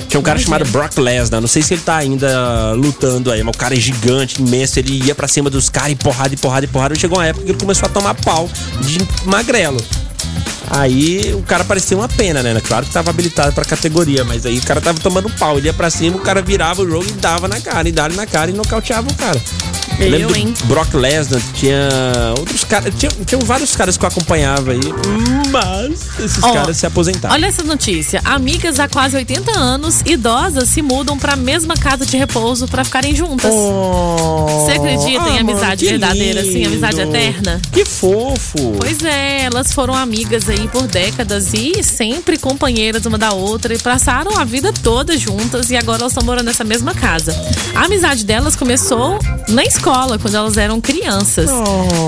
C: Tinha um cara chamado Brock Lesnar, não sei se ele tá ainda lutando aí, mas o cara é gigante, imenso, ele ia pra cima dos caras e porrada, e porrada, e porrada. Chegou uma época que ele começou a tomar pau de magrelo. Aí o cara parecia uma pena, né? Claro que tava habilitado pra categoria, mas aí o cara tava tomando pau. Ele ia pra cima, o cara virava o jogo e dava na cara, e dava na cara e nocauteava o cara. Eu, lembro hein? Brock Lesnar, tinha outros caras. Tinha, tinha vários caras que eu acompanhava aí, mas esses
D: Ó,
C: caras se aposentaram.
D: Olha essa notícia. Amigas há quase 80 anos, idosas, se mudam pra mesma casa de repouso pra ficarem juntas. Você acredita
C: ah,
D: em
C: mano,
D: amizade
C: Oh. que
D: verdadeira, assim, amizade
C: lindo.
D: eterna?
C: Que fofo!
D: Pois é, elas foram amigas aí por décadas e sempre companheiras uma da outra e passaram a vida toda juntas e agora elas estão morando nessa mesma casa. A amizade delas começou na escola, quando elas eram crianças.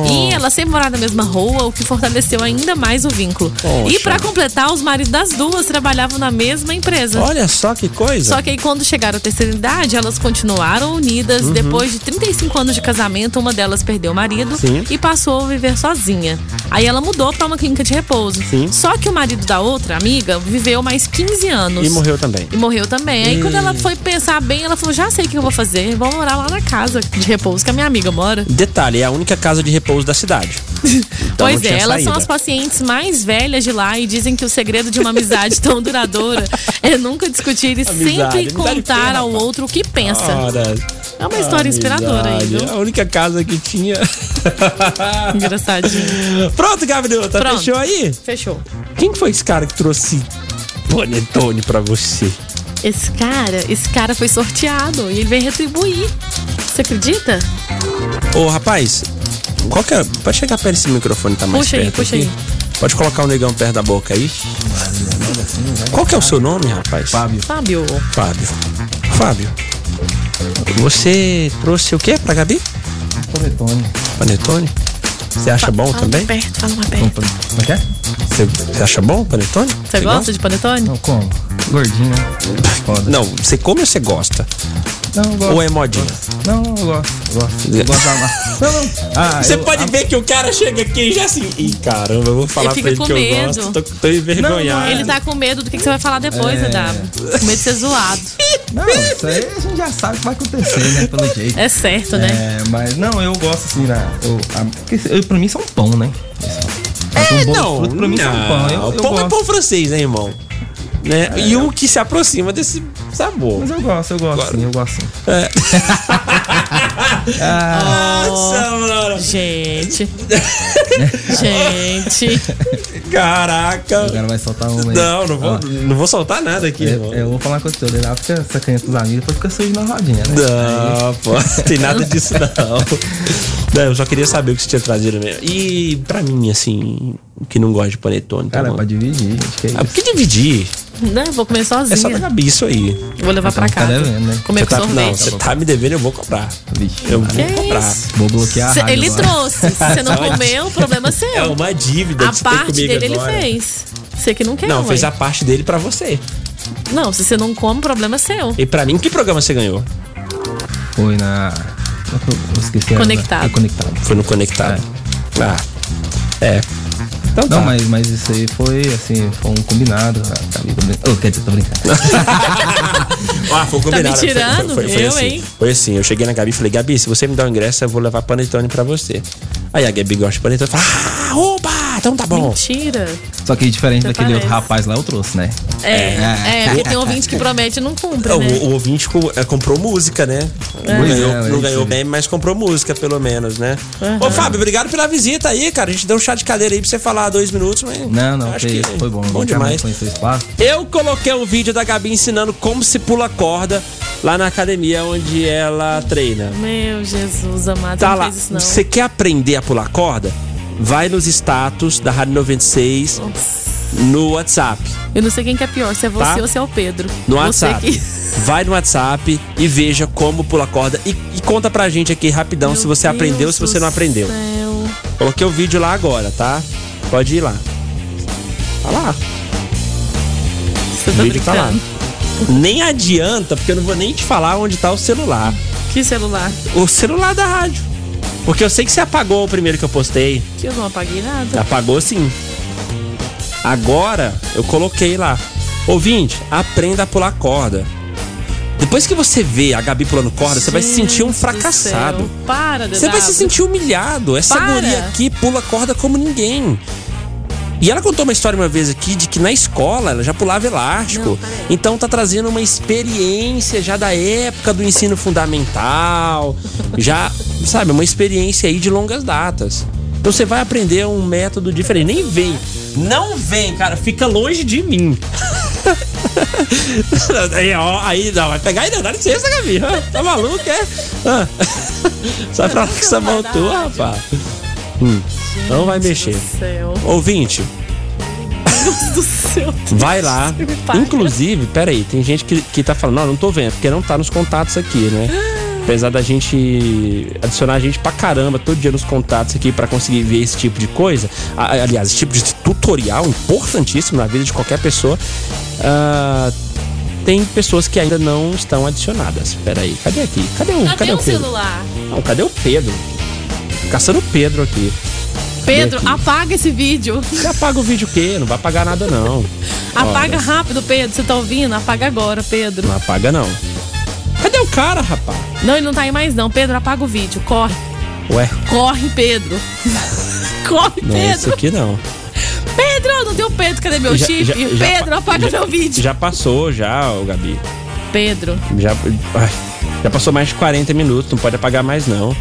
D: E elas sempre moraram na mesma rua, o que fortaleceu ainda mais o vínculo.
C: Poxa.
D: E pra completar, os maridos das duas trabalhavam na mesma empresa.
C: Olha só que coisa.
D: Só que aí quando chegaram à terceira idade, elas continuaram unidas.
C: Uhum.
D: Depois de 35 anos de casamento, uma delas perdeu o marido
C: Sim.
D: e passou a viver sozinha. Aí ela mudou pra uma clínica de repouso.
C: Sim.
D: Só que o marido da outra amiga viveu mais 15 anos.
C: E morreu também.
D: E morreu também. Aí
C: Hum.
D: quando ela foi pensar bem, ela falou: já sei o que eu vou fazer. Vou morar lá na casa de repouso que a minha amiga mora.
C: Detalhe, é a única casa de repouso da cidade. Então não
D: pois é,
C: tinha
D: elas são
C: saída.
D: as pacientes mais velhas de lá e dizem que o segredo de uma amizade tão duradoura é nunca discutir e
C: Amizade,
D: sempre
C: amizade Ah,
D: contar ao outro o que pensa.
C: Ora,
D: É uma história inspiradora aí,
C: amizade.
D: viu?
C: A única casa que tinha. *laughs*
M: *laughs*
D: Engraçadinho.
C: Pronto, Gabriel, tá
D: Pronto.
C: fechou aí?
D: Fechou.
C: Quem foi esse cara que trouxe panetone pra você?
D: Esse cara, esse cara foi sorteado e ele vem retribuir. Você acredita?
C: Ô, rapaz, qual que é? Pode chegar perto desse microfone, tá mais
D: Puxa aí,
C: perto
D: puxa
C: aqui.
D: aí.
C: Pode colocar o negão perto da boca aí. Qual que é o seu nome, rapaz? Fábio.
D: Fábio,
C: Fábio. Fábio. Você trouxe o quê pra Gabi?
M: Panetone.
C: Panetone? Você acha bom
D: fala
C: também?
D: mais perto, fala mais perto.
M: Como é que é?
C: Você você acha bom o panetone?
D: Você gosta de panetone?
M: Não, como? Gordinho, né?
C: Não, você come ou você gosta?
M: Não, eu gosto.
C: Ou é modinha?
M: Não, não, eu gosto. Eu gosto. Eu
C: *laughs*
M: gosto da massa. Não, não. Ah,
C: Você
M: eu-
C: pode
M: a-
C: ver que o cara chega aqui e já assim. Ih, caramba, eu vou falar
D: Ele
C: pra ele
D: fica
C: que
D: com
C: eu
D: medo.
C: gosto. Tô, tô envergonhado.
D: Ele tá com medo do que que você vai falar depois,
M: É.
D: Adabo. Com medo de ser zoado.
M: Não, isso aí a gente já sabe o que vai acontecer, né? Pelo jeito.
D: É certo, né?
M: É, mas não, eu gosto assim, na, eu, a, porque eu, pra mim são pão, né? Mas
C: É,
M: um bolo de
C: não.
M: fruta pra mim são
C: não.
M: pão. Eu, eu
C: pão é
M: gosto. É.
C: pão francês, né, irmão? Né? E o que se aproxima desse sabor.
M: Mas eu gosto, eu gosto sim, eu gosto assim. sim.
C: Nossa,
M: É. *laughs*
C: mano.
D: Gente. Gente.
C: Caraca.
M: O cara vai soltar uma aí.
C: Não, não vou,
M: Ó, É,
C: não vou soltar nada aqui, irmão.
M: eu, eu vou falar com o teu, lá fica sacanha pros amigos, depois fica sujo na rodinha,
C: Tá
M: né?
C: Não,
M: Aí-
C: pô, não tem nada disso não. Não, Eu só queria saber o que você tinha trazido mesmo. E pra mim, assim, que não gosta de panetone. tá
M: Cara, é pra dividir, gente, que é
C: Ah,
M: isso.
C: por que dividir?
D: Não, eu vou comer sozinha.
C: É só pra Gabi isso aí.
D: Vou levar pra
M: Tá
D: casa.
M: devendo, né?
D: Comer
C: Você
D: com
C: tá,
D: sorvete.
C: não, você tá me devendo, eu vou comprar. Eu vou
D: Que
C: comprar.
D: isso?
M: Vou bloquear a
D: Cê-
M: rádio
D: ele
M: agora. Tá
D: trouxe. Se você
M: *laughs*
D: não comeu, o problema é
C: É
D: seu.
C: uma dívida
D: A
C: que você tem
D: parte
C: comigo
D: dele ele
C: agora.
D: fez. Você que não quer,
C: Não,
D: ué.
C: fez a parte dele pra você.
D: Não, se você não come, o problema é seu.
C: E pra mim, que programa você ganhou?
M: Foi na. Eu
C: né?
M: esqueci agora.
D: Conectado.
M: Foi conectado.
C: Foi no Conectado. Ah. É. Então
M: Não,
C: tá.
M: mas, mas isso aí foi assim, foi um combinado. Acabei combinando. Oh, quer dizer, tô brincando.
C: *laughs* Ah, foi combinado.
D: Tá me tirando?
C: Foi, foi, foi
D: Eu,
C: assim.
D: hein?
C: Foi assim, eu cheguei na Gabi e falei, Gabi, se você me dá um ingresso, eu vou levar panetone pra você. Aí a Gabi gosta de panetone e fala, ah, oba, então tá bom.
D: Mentira.
M: Só que diferente
D: Você
M: daquele outro
D: parece.
M: rapaz lá, eu trouxe, né?
D: É, é,
M: É.
D: porque tem ouvinte que promete e não cumpre,
C: É, O,
D: né?
C: o ouvinte co- é, comprou música, né? Não
M: Pois
C: ganhou,
M: é,
C: não
M: isso.
C: ganhou bem, mas comprou música, pelo menos, né? Ô, Fábio, obrigado pela visita aí, cara. A gente deu um chá de cadeira aí pra você falar dois minutos, mas.
M: Não, não,
C: acho
M: que
C: que
M: isso, foi bom.
C: Bom
M: Nunca mais
C: demais.
M: Conhecer o espaço.
C: Eu coloquei um vídeo da Gabi ensinando como se pula corda lá na academia onde ela treina.
D: Meu Jesus amado,
C: Tá
D: não
C: lá.
D: fez isso não.
C: Você quer aprender a pular corda? Vai nos status da Rádio 96 no WhatsApp.
D: Eu não sei quem que é pior, se é você
C: Tá?
D: ou se é o Pedro.
C: No
D: Você
C: WhatsApp.
D: que-
C: Vai no WhatsApp e veja como pula corda. E, e conta pra gente aqui rapidão Então, se você aprendeu ou se você não aprendeu. Coloquei o vídeo lá agora, tá? Pode ir lá. Tá lá.
D: Você tá
C: o vídeo tá lá.
D: brincando.
C: Nem adianta, porque eu não vou nem te falar onde tá o celular.
D: Que celular?
C: O celular da rádio. Porque eu sei que você apagou o primeiro que eu postei.
D: Que eu não apaguei nada.
C: Apagou sim. Agora eu coloquei lá. Ouvinte, aprenda a pular corda. Depois que você vê a Gabi pulando corda, você vai se sentir um
D: Gente do
C: fracassado.
D: céu. Para,
C: Você vai se
D: DW.
C: sentir humilhado. Essa
D: Para.
C: guria aqui pula corda como ninguém. E ela contou uma história uma vez aqui de que na escola ela já pulava elástico. então tá trazendo uma experiência já da época do ensino fundamental, já, sabe, uma experiência aí de longas datas. Então você vai aprender um método diferente. Nem vem. Não vem, cara. Fica longe de mim. *laughs* aí, ó, aí não, vai pegar ainda, dá licença, Gabi. Ah, Tá maluco, é? Ah. *laughs* Sai pra lá com essa mão tua, rapaz. Hum, não vai mexer.
D: céu.
C: Ouvinte. Vai
D: *laughs*
C: lá. Inclusive, peraí, tem gente que, que tá falando, não, não tô vendo, porque não tá nos contatos aqui, né? Apesar da gente adicionar a gente pra caramba todo dia nos contatos aqui pra conseguir ver esse tipo de coisa. A- Aliás, esse tipo de tutorial importantíssimo na vida de qualquer pessoa. Ah, tem pessoas que ainda não estão adicionadas. Peraí, cadê aqui? Cadê o, cadê
D: Cadê
C: Tá o
D: o
C: Pedro?
D: celular?
C: Não, cadê o Pedro? Caçando o Pedro aqui.
D: Pedro,
C: Cadê aqui?
D: apaga
C: *laughs*
D: esse vídeo.
C: Você apaga o vídeo o quê? Não vai apagar nada, não.
D: Apaga
C: Olha,
D: rápido, Pedro. Você tá ouvindo? Apaga agora, Pedro.
C: Não apaga, não. Cadê o cara, rapaz?
D: Não, ele não tá aí mais, não. Pedro, apaga o vídeo. Corre.
C: Ué,
D: Corre, Pedro. *laughs* Corre,
C: não é isso
D: Pedro.
C: aqui, não.
D: Pedro, não tem o Pedro. Cadê meu
C: Já-
D: chip?
C: já- já-
D: Pedro, apaga
C: já-
D: meu vídeo.
C: Já passou, já, o Gabi.
D: Pedro.
C: Já, ai, já passou mais de 40 minutos, não pode apagar mais, não.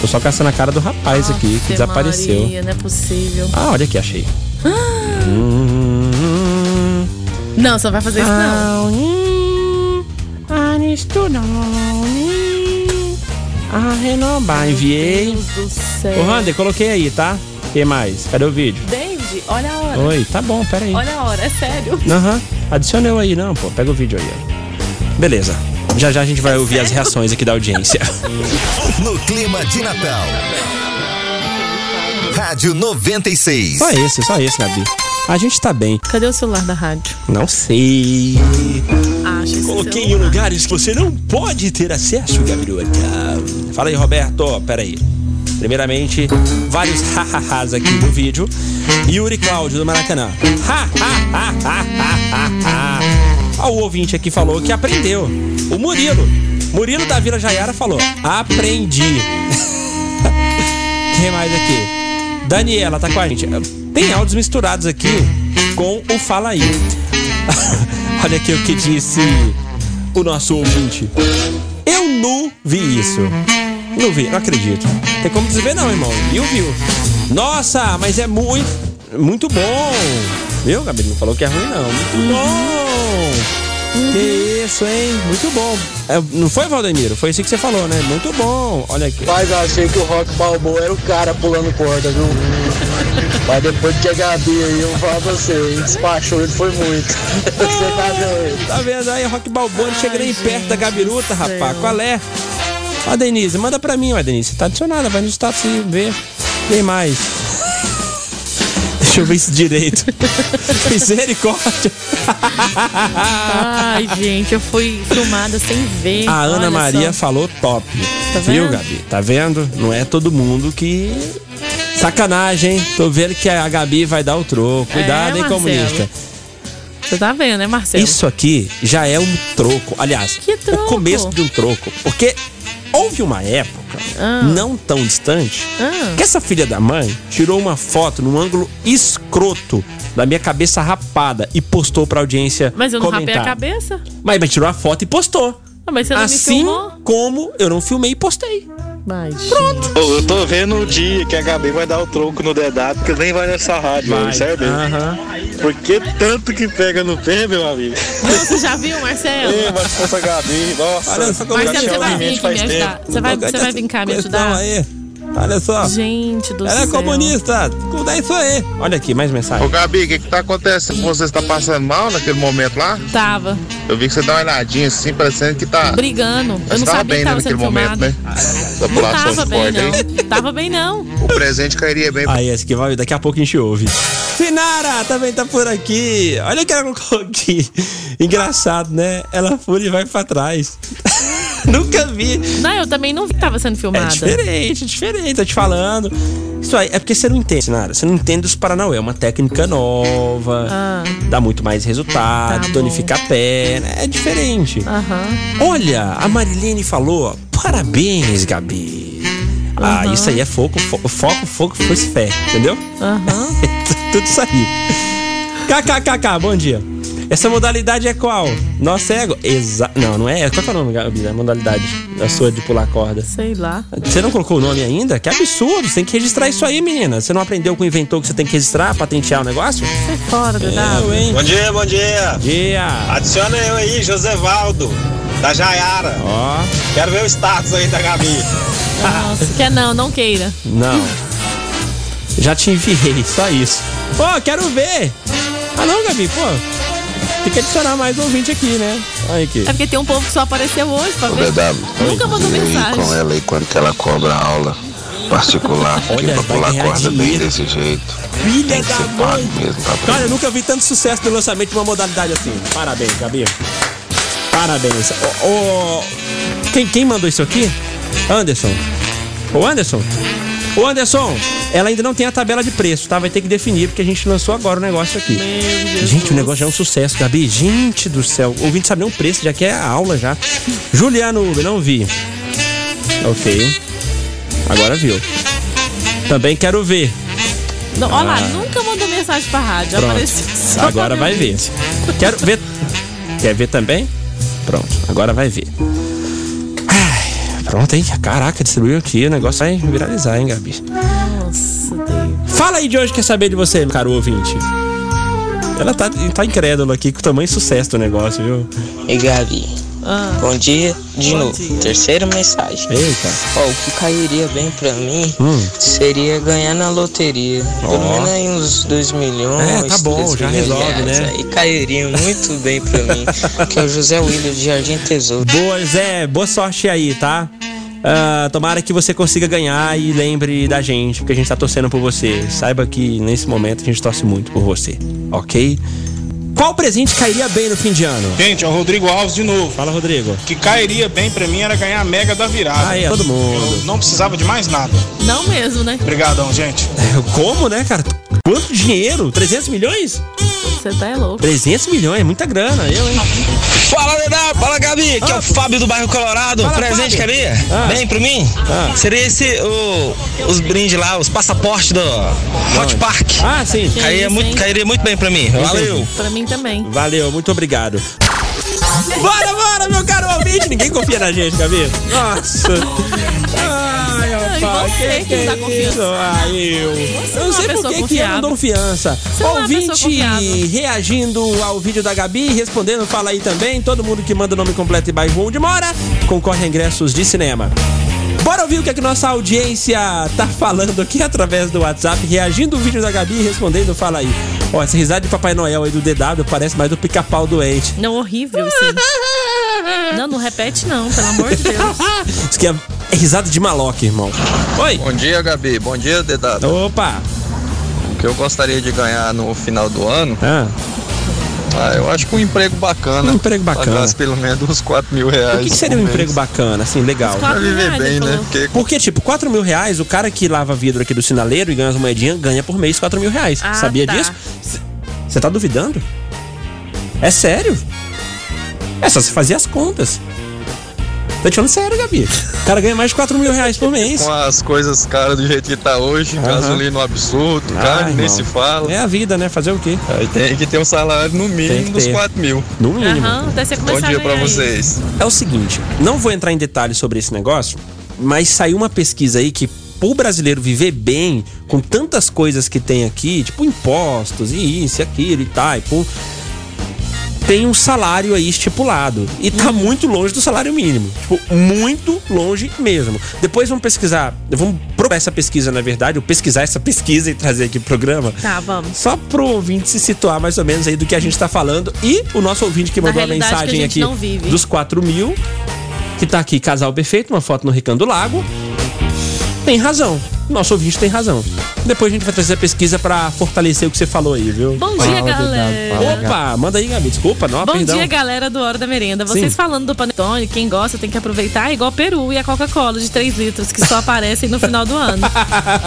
C: Tô só caçando a cara do rapaz aqui, que desapareceu.
D: Maria, não é possível.
C: Ah, olha aqui, achei. Hum,
D: Não, só vai fazer isso, não.
C: Ah, renovar, enviei.
D: Meu Deus do céu.
C: Ô, Rander, coloquei aí, tá? O que mais? Cadê o vídeo?
D: David, olha a hora.
C: Oi, tá bom, peraí.
D: Olha a hora, é sério.
C: Aham. Adiciona eu aí, não, pô. Pega o vídeo aí, ó. Beleza. Já já a gente vai ouvir as reações aqui da audiência.
B: No clima de Natal. Rádio 96.
C: Só esse, só esse, Gabi. A gente tá bem.
D: Cadê o celular da rádio?
C: Não sei.
D: Acha esse
C: Coloquei um
D: celular.
C: em lugares que você não pode ter acesso, Gabriota. Fala aí, Roberto. Pera aí. Primeiramente, vários ha-ha-has aqui no vídeo. Yuri Cláudio do Maracanã. Ha, ha, ha, ha, ha, ha, ha. O ouvinte aqui falou que aprendeu. O Murilo. Murilo da Vila Jaiara falou: aprendi. Quem mais aqui? Daniela tá com a gente. Tem áudios misturados aqui com o Fala Aí. *laughs* Olha aqui o que disse o nosso ouvinte. Eu não vi isso. Não vi, não acredito. Tem como desver não, irmão. Viu, viu. Nossa, mas é muito, muito bom. Viu, Gabi? Não falou que é ruim, não. Muito bom. Que isso, hein? Muito bom. É, não foi, Valdemiro? Foi isso que você falou, né? Muito bom. Olha aqui.
N: Mas achei que o Rock Balboa era o cara pulando corda, viu? Mas depois que a Gabi aí, eu falo pra você, hein? despachou ele foi muito. Você tá doido.
C: Tá vendo aí, Rock Balboa não chega nem perto da Gabiruta, rapaz. Qual é? Ó, Denise, manda pra mim, ó, Denise. Tá adicionada, vai no status e vê. Tem mais. *laughs* Deixa eu ver isso
D: *laughs*
C: direito. Misericórdia.
D: Ai, gente, eu fui filmada sem ver.
C: A Ana
D: Olha
C: Maria
D: só.
C: falou top.
D: Tá
C: Viu,
D: vendo?
C: Gabi? Tá vendo? Não é todo mundo que. Sacanagem, hein? Tô vendo que a Gabi vai dar o troco. Cuidado, hein,
D: É, Marcelo.
C: comunista.
D: Você tá vendo, né, Marcelo?
C: Isso aqui já é um troco. Aliás, o começo de um troco. Porque houve uma época, não tão distante,
D: Ah.
C: que essa filha da mãe tirou uma foto num ângulo escroto da minha cabeça rapada e postou pra audiência
D: Mas eu não
C: comentar.
D: rapei a cabeça?
C: Mas, mas tirou a foto e postou.
D: Ah, mas você não me
C: assim
D: filmou?
C: como eu não filmei e postei.
D: Mas...
C: Pronto.
O: Ô, eu tô vendo o dia que a Gabi vai dar o troco no dedado, que nem vai nessa rádio,
C: Vai.
O: mano, sério mesmo.
N: Ah.
O: Porque tanto que pega no pé, meu amigo.
D: Não, Então, você já viu, Marcelo?
O: Ei, mas força Gabi, nossa.
C: Olha só como
D: Marcelo,
C: eu
D: você
C: chamo
D: vai
C: de
D: vir
C: É, gente
D: aqui me
C: faz
D: ajudar.
C: tempo.
D: Você vai, você vai vir cá me
C: Questão
D: ajudar?
C: aí. Olha só.
D: Gente do
C: Ela é
D: céu.
C: comunista. Tudo é isso aí. Olha aqui, mais mensagem.
P: Ô Gabi, o que, que tá acontecendo? Você está passando mal naquele momento lá?
D: Tava
P: Eu vi que você dá uma olhadinha assim, parecendo que tá.
D: brigando. Eu
P: Mas
D: não
P: tava
D: sabia
P: bem
D: que
P: né,
D: tava
P: naquele
D: sendo
P: momento,
D: filmada.
P: né? Da
D: Não
P: pulação
D: tava
P: de
D: bem,
P: corda, hein?
D: não. Tava bem, não.
P: O presente cairia bem.
C: Aí, esse que vai, daqui a pouco a gente ouve. Sinara também tá por aqui. Olha o que ela colocou aqui. Engraçado, né? Ela fura e vai pra trás. *laughs* Nunca vi.
D: Não, eu também não vi que tava sendo
C: É
D: filmada.
C: diferente, é diferente, tô te falando. Isso aí é porque você não entende, Sinara. Você não entende os Paranauê. É uma técnica nova,
D: Ah.
C: dá muito mais resultado, tonifica a perna. É diferente. Olha, a Marilene falou: parabéns, Gabi. Ah, isso aí é foco, fo- foco, foco, fosse fé, entendeu?
D: Aham.
C: *laughs* Tudo isso aí. KKKK, bom dia. Essa modalidade é qual? Nossa ego. Exa não, não é. Qual é o nome, Gabi? A modalidade. É A sua de pular corda.
D: Sei lá.
C: Você não colocou o nome ainda? Que absurdo. Você tem que registrar isso aí, menina. Você não aprendeu com o inventor que você tem que registrar, patentear o negócio?
D: Sai é fora,
C: Eu, hein?
O: Bom dia, bom dia.
C: Dia.
O: Adiciona eu aí, José Valdo, da Jaiara.
C: Ó.
O: Quero ver o status aí da Gabi.
D: Nossa, quer não, não queira.
C: Não. Já te enviei, só isso. Pô, quero ver. Ah, não, Gabi, pô. Tem que adicionar mais ouvinte aqui, né? Aí aqui.
D: É porque tem um povo que só apareceu hoje pra
Q: Ô,
D: ver.
Q: BW,
D: Nunca mandou
Q: combine com
R: é
D: mensagem.
Q: ela aí quando ela cobra aula particular, porque
C: Olha,
Q: pra
C: vai
Q: pular
C: ganhar
Q: corda bem
C: dinheiro.
Q: desse jeito.
C: Filha da
Q: Pago
C: mãe.
Q: mesmo pra aprender.
C: Cara, eu nunca vi tanto sucesso no lançamento de uma modalidade assim. Parabéns, Gabi. Parabéns. Ô, ô, quem, quem mandou isso aqui? Anderson. Ô, Anderson. Ô, Anderson, ela ainda não tem a tabela de preço, tá? Vai ter que definir, porque a gente lançou agora o negócio aqui. Gente, o negócio já é um sucesso, Gabi. Gente do céu. O ouvinte sabe nem o preço, já quer a aula já. Juliano Uber, não vi. Ok. Agora viu. Também quero ver.
D: Não, olha lá,
C: Ah.
D: nunca mandou mensagem pra rádio.
C: Pronto.
D: Apareceu só
C: Agora
D: pra
C: vai ver. Quero ver. Quer ver também? Pronto, agora vai ver. Ai, pronto, hein? Caraca, distribuiu aqui. O negócio vai viralizar, hein, Gabi?
D: Nossa, Deus.
C: Fala aí de hoje, quer saber de você, caro ouvinte? Ela tá, tá incrédula aqui com o tamanho sucesso do negócio, viu?
E: E Gabi,
D: Ah,
E: bom dia de
D: Bom
E: novo.
D: dia.
E: Terceira mensagem.
C: Eita.
E: Ó, o que cairia bem pra mim
C: Hum.
E: seria ganhar na loteria. Pelo
C: Ó.
E: menos aí uns 2 milhões.
C: É, tá bom,
E: três
C: já
E: milhões de
C: resolve,
E: reais.
C: né?
E: Aí cairia muito bem pra
C: *laughs*
E: mim. que é o José William de Jardim Tesouro.
C: Boa, Zé. é, Boa sorte aí, tá? Ah, tomara que você consiga ganhar e lembre da gente, porque a gente tá torcendo por você. Saiba que nesse momento a gente torce muito por você, ok? Qual presente cairia bem no fim de ano?
A: Gente, é o Rodrigo Alves de novo.
C: Fala, Rodrigo.
A: O que cairia bem pra mim era ganhar a mega da virada.
C: Ah, é, todo mundo.
A: Eu não precisava de mais nada.
D: não mesmo, né?
A: Obrigadão, gente.
C: *laughs* Como, né, cara? Quanto dinheiro? 300 milhões?
D: Você tá é louco.
C: 300 milhões, é muita grana, eu, hein? Ah.
S: Fala, Dedá! Fala, Gabi! Que é o Fábio do bairro Colorado.
C: Fala,
S: Presente,
C: Fábio.
S: Gabi?
C: Ah.
S: Vem pra mim? Seria esse o- os brindes lá, os passaportes do Hot Park.
C: Ah, sim.
D: Que
S: Cairia
D: isso,
S: muito,
D: hein?
S: cairia muito bem pra mim. Valeu!
D: Pra mim também.
C: Valeu, muito obrigado. Bora, bora, meu caro ouvinte! Ninguém confia na gente, Gabi. Nossa. Ai, rapaz,
D: você
C: que,
D: que
C: que
D: não dá
C: é isso? Ai, eu. Eu
D: não é
C: não sei por
D: uma pessoa
C: que que eu não dou confiança.
D: Você não é uma pessoa
C: Ouvinte
D: confiável.
C: reagindo ao vídeo da Gabi, respondendo, fala aí também. Todo mundo que manda o nome completo e bairro onde mora, concorre a ingressos de cinema. Bora ouvir o que, é que nossa audiência tá falando aqui através do WhatsApp, reagindo ao vídeo da Gabi e respondendo, fala aí. Ó, essa risada de Papai Noel aí do DW parece mais do pica-pau doente.
D: Não, horrível isso aí. Não, não repete não, pelo amor de Deus.
C: Isso que é, é risada de maloca, irmão. Oi.
R: Bom dia, Gabi. Bom dia, Dedado.
C: Opa.
R: O que eu gostaria de ganhar no final do ano?
C: Ah,
R: Ah, eu acho que um emprego bacana.
C: Um emprego bacana.
R: Pagasse pelo menos uns 4 mil reais.
C: o que, que seria um
R: por mês.
C: emprego bacana, assim, legal?
R: *laughs* Pra viver bem, né?
C: Porque... tipo, 4 mil reais, o cara que lava vidro aqui do sinaleiro e ganha as moedinhas, ganha por mês 4 mil reais.
D: Ah,
C: Sabia
D: tá.
C: disso? Você tá duvidando? É sério? É só você fazer as contas. Tô te falando sério, Gabi. O cara ganha mais de 4 mil reais por mês.
R: *laughs* Com as coisas caras do jeito que tá hoje,
C: Aham.
R: gasolina um absurdo,
C: Ah,
R: carne nem
C: irmão.
R: se fala.
C: É a vida, né? Fazer o quê?
R: Aí tem que ter um salário no
C: Tem que
R: mínimo dos
C: ter.
R: 4 mil.
C: No mínimo.
D: Aham, até você começar a ganhar isso.
C: É o seguinte, não vou entrar em detalhes sobre esse negócio, mas saiu uma pesquisa aí que pro brasileiro viver bem, com tantas coisas que tem aqui, tipo impostos e isso e aquilo e tal, e pum, tem um salário aí estipulado. E tá muito longe do salário mínimo. Tipo, muito longe mesmo. Depois vamos pesquisar, vamos procurar essa pesquisa, na verdade, ou pesquisar essa pesquisa e trazer aqui pro programa.
D: Tá, vamos.
C: Só pro ouvinte se situar mais ou menos aí do que a gente tá falando. E o nosso ouvinte que
D: Da
C: mandou a
D: realidade
C: mensagem
D: que a gente
C: aqui
D: não vive.
C: dos 4 mil, que tá aqui, casal perfeito, uma foto no Ricando Lago. Tem razão. Nosso ouvinte tem razão. Depois a gente vai trazer a pesquisa pra fortalecer o que você falou aí, viu?
D: Bom dia,
C: Fala,
D: galera.
C: Opa, manda aí, Gabi. Desculpa, não,
D: Bom
C: perdão.
D: dia, galera do Hora da Merenda. Vocês
C: Sim.
D: falando do Panetone, quem gosta tem que aproveitar, é igual Peru e a Coca-Cola de 3 litros, que só aparecem no final
C: *laughs*
D: do ano.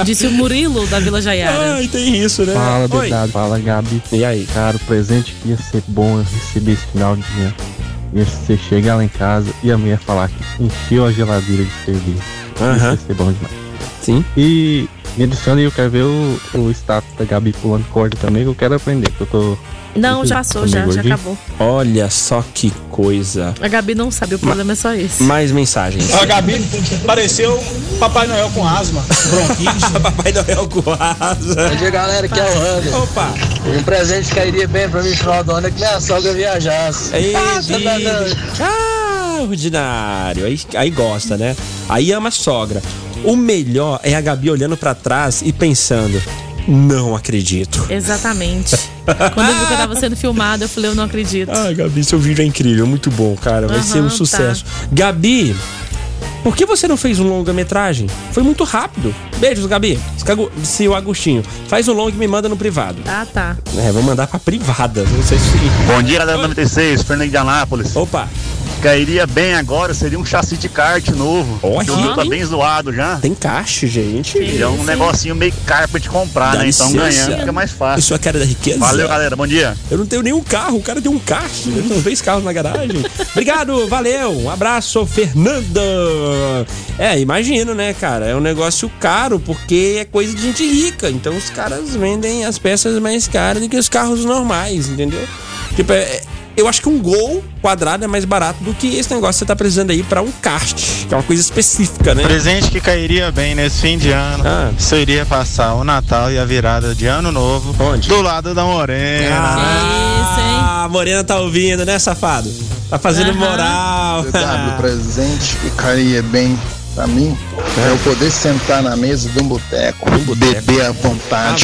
D: Disse o Murilo da Vila Jaiara.
C: Ai, tem isso, né?
M: Fala,
C: Oi.
M: Dedado. Fala, Gabi.
C: E aí?
M: Cara, o presente que ia ser bom eu receber esse final de ano. Ia você chegar lá em casa e a mulher falar que encheu a geladeira de cerveja.
C: Aham.
M: Isso ia ser bom demais.
C: Sim.
M: E
L: Me adiciona e eu quero ver o, o status da Gabi pulando corda também, que eu quero aprender, que eu tô.
D: Não, já sou, já, já acabou.
C: Olha só que coisa.
D: A Gabi não sabe, o problema é só esse.
C: Mais mensagens.
T: A Gabi pareceu Papai Noel com asma, bronquite.
C: *laughs* Papai Noel com asma. *laughs*
E: Bom dia, galera, aqui é o Rando.
C: Opa!
E: Um presente que cairia bem pra mim no final do ano é que minha sogra viajasse.
C: Ei,
D: tá,
C: bicho. É ah, ordinário. Aí, aí gosta, né? Aí ama a sogra. O melhor é a Gabi olhando pra trás e pensando. Não acredito.
D: Exatamente. Quando eu vi que eu tava sendo filmado, eu falei, eu não acredito.
C: Ah, Gabi, seu vídeo é incrível, muito bom, cara. Vai
D: Aham,
C: ser um
D: tá.
C: sucesso. Gabi, por que você não fez um longa-metragem? Foi muito rápido. Beijos, Gabi. Escago- Disse o Agostinho. Faz um longa e me manda no privado.
D: Ah, tá.
C: É, vou mandar pra privada. Não sei se.
U: Bom dia, galera do 96, Fernando de Anápolis.
C: Opa!
U: Cairia bem agora, seria um chassi de kart novo.
C: Olha.
U: Que o meu tá bem zoado já.
C: Tem caixa, gente.
U: E é um negocinho meio caro pra te comprar,
C: Dá
U: né? Então
C: licença.
U: ganhando fica mais fácil.
C: Isso é cara da riqueza.
U: Valeu, galera. Bom dia.
C: Eu não tenho nenhum carro, o cara tem um kart. Eu tenho dois carros na garagem. Obrigado, valeu. Um abraço, Fernanda. É, imagino, né, cara? É um negócio caro, porque é coisa de gente rica. Então os caras vendem as peças mais caras do que os carros normais, entendeu? Tipo, é- é- eu acho que um gol quadrado é mais barato do que esse negócio que você tá precisando aí pra um kart, que é uma coisa específica, né?
V: Presente que cairia bem nesse fim de ano
C: Ah.
V: seria passar o Natal e a virada de Ano Novo do lado da
J: *laughs*
V: Morena.
C: Ah, a Morena tá ouvindo, né, safado? Tá fazendo moral.
J: O presente que cairia bem pra mim é eu poder sentar na mesa de um boteco, beber à vontade,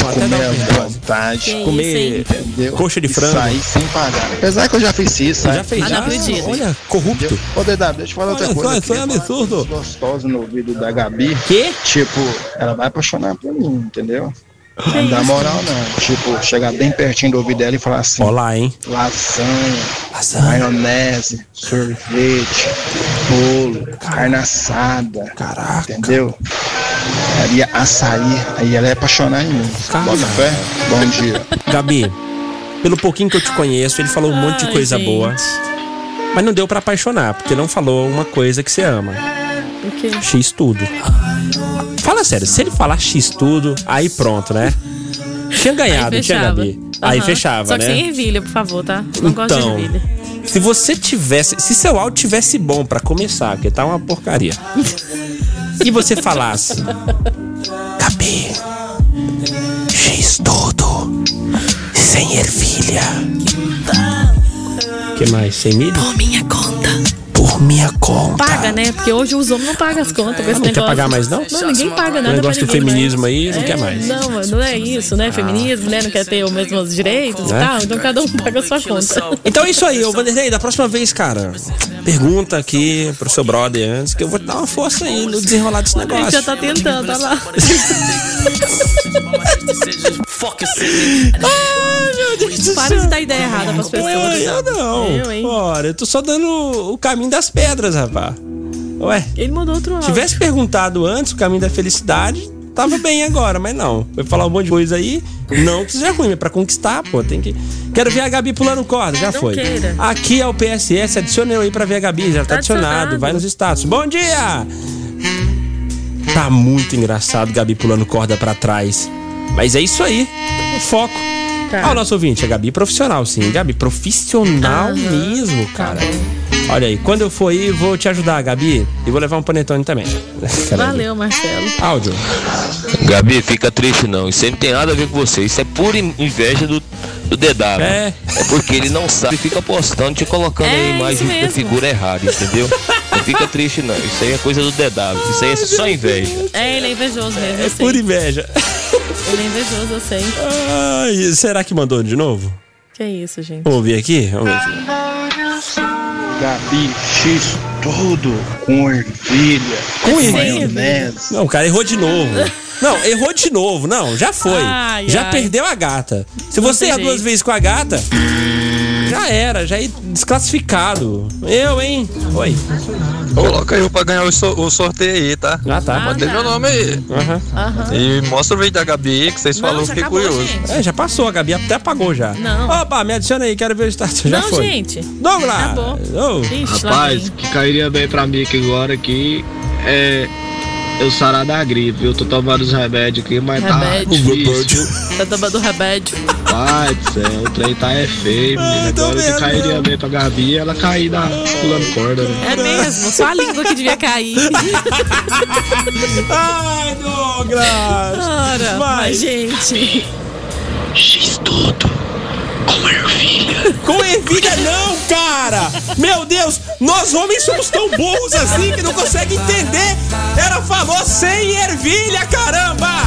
C: *laughs* Ah, vou até
J: comer
C: dar um
J: à
C: beijo.
J: vontade,
C: Que Comer isso, hein?
J: entendeu?
C: coxa de
J: E
C: frango.
J: sair sem pagar. Apesar que eu já fiz isso,
C: Já
J: sabe?
C: fez, Ah, não já? acredito. Olha, corrupto.
J: Ô, DW, deixa eu falar outra
C: Olha só,
J: coisa. Ah,
C: isso é um absurdo.
J: gostosa no ouvido da Gabi.
C: Que?
J: Tipo, ela vai apaixonar por mim, entendeu?
C: Que
J: Não dá
C: isso?
J: moral, não. Tipo, chegar bem pertinho do ouvido dela e falar assim:
C: Olá, hein?
J: lasanha, maionese, sorvete, bolo, carne assada.
C: Caraca.
J: Entendeu? Aí açaí, aí ela é apaixonar em mim. Bota fé, bom dia.
C: Gabi, pelo pouquinho que eu te conheço, ele falou um monte de
J: Ai,
C: coisa
J: gente.
C: boa. Mas não deu pra apaixonar, porque não falou uma coisa que você ama.
D: O quê?
C: X tudo. Fala sério, se ele falar X tudo, aí pronto, né? Tinha ganhado, tinha Gabi. Aí
D: Aham.
C: fechava,
D: Só que
C: né?
D: sem ervilha, por favor, tá? Não gosto de
C: Então,
D: ervilha.
C: se você tivesse. Se seu áudio tivesse bom pra começar, porque tá uma porcaria. e você falasse. Gabi, X tudo. Sem ervilha. que mais? Sem milho? Por
D: minha conta.
C: Por minha conta.
D: Paga, né? Porque hoje os homens não pagam as contas. com
C: Ah,
D: esse
C: não quer
D: negócio.
C: pagar mais, não?
D: Não, ninguém paga
C: o
D: nada. pra
C: negócio do
D: ninguém
C: feminismo aí não
D: É,
C: quer mais.
D: Não, não é isso, né? Feminismo, mulher não quer ter os mesmos direitos
C: Né?
D: e tal. Então cada um paga a sua *laughs* conta.
C: Então é isso aí, ô Vanderlei, da próxima vez, cara, pergunta aqui pro seu brother antes, que eu vou te dar uma força aí no desenrolar desse
D: A gente já
C: negócio.
D: tá tentando, olha lá.
C: Ah,
D: Ai, meu Deus do Para de dar ideia errada pras pessoas.
C: Ué, eu não.
D: Eu, hein?
C: Ora, eu tô só dando o caminho das pedras, rapaz. Ué,
D: Ele mandou outro áudio.
C: tivesse perguntado antes o caminho da felicidade, tava bem agora, mas não. Foi falar um monte de coisa aí, não que seja ruim, é pra conquistar, pô, tem que... Quero ver a Gabi pulando corda, já
D: Não
C: foi.
D: queira.
C: Aqui é o PSS, adiciona eu aí pra ver a Gabi, já tá
D: Tá
C: adicionado,
D: adicionado.
C: vai nos status. Bom dia! Tá muito engraçado Gabi pulando corda pra trás. Mas é isso aí. O foco.
D: Tá.
C: Ah, o nosso ouvinte, a Gabi profissional, sim. Gabi, profissional mesmo, cara. Olha aí, quando eu for aí, vou te ajudar, Gabi. E vou levar um panetone também. Caralho.
D: Valeu, Marcelo.
C: Áudio.
W: Gabi, fica triste não. Isso aí não tem nada a ver com você. Isso é pura in- inveja do, do né? DW.
C: É.
W: porque ele não sabe e fica postando, te colocando a imagem da figura errada, entendeu? Não fica triste não. Isso aí é coisa do DW. Isso aí é só inveja.
D: É, ele é invejoso mesmo.
C: É pura inveja.
D: Ele é invejoso, eu sei.
C: Ai, será que mandou de novo?
D: Que é isso, gente.
C: Vamos ouvir aqui? Vamos ver.
J: Gabi, X tudo com ervilha, né?
C: Com ervilha?
J: maionese.
C: Não, o cara errou de novo. Não, errou de novo. Não, já foi.
J: Ai,
C: já
J: ai.
C: perdeu a gata. Se você
J: tem
C: errar duas
J: jeito.
C: vezes com a gata, já era, já é desclassificado. Eu, hein? Oi.
X: Coloca eu pra ganhar o, so- o sorteio aí, tá?
C: Ah, tá.
X: Manda meu nome aí. E mostra o vídeo da Gabi aí, que vocês
C: Não,
X: falaram,
C: já
X: fiquei
C: acabou,
X: curioso.
C: É, já passou, a Gabi até apagou já.
D: Não.
C: Opa, me adiciona aí, quero ver o status. Já
D: não,
C: foi.
D: gente.
C: Douglas!
D: Acabou.
C: Ô.
D: Ixi, lá
Y: Rapaz,
D: vem.
Y: o que cairia bem pra mim aqui agora aqui é
L: Eu sarar da gripe, eu tô tomando os remédios aqui, mas
D: Remédio.
L: tá difícil.
D: Tá tomando remédio.
L: Pai do céu, o trem tá é feio, menino. Agora se cairia bem pra Gabi, ela cair da pulando corda, né?
D: É mesmo, só a língua que devia *laughs* cair.
C: Ai, Douglas! Vai.
D: Ora, mas, gente.
C: X tudo. Com ervilha. Com ervilha não, cara! Meu Deus, nós homens somos tão burros assim que não consegue entender. Ela falou sem ervilha, caramba!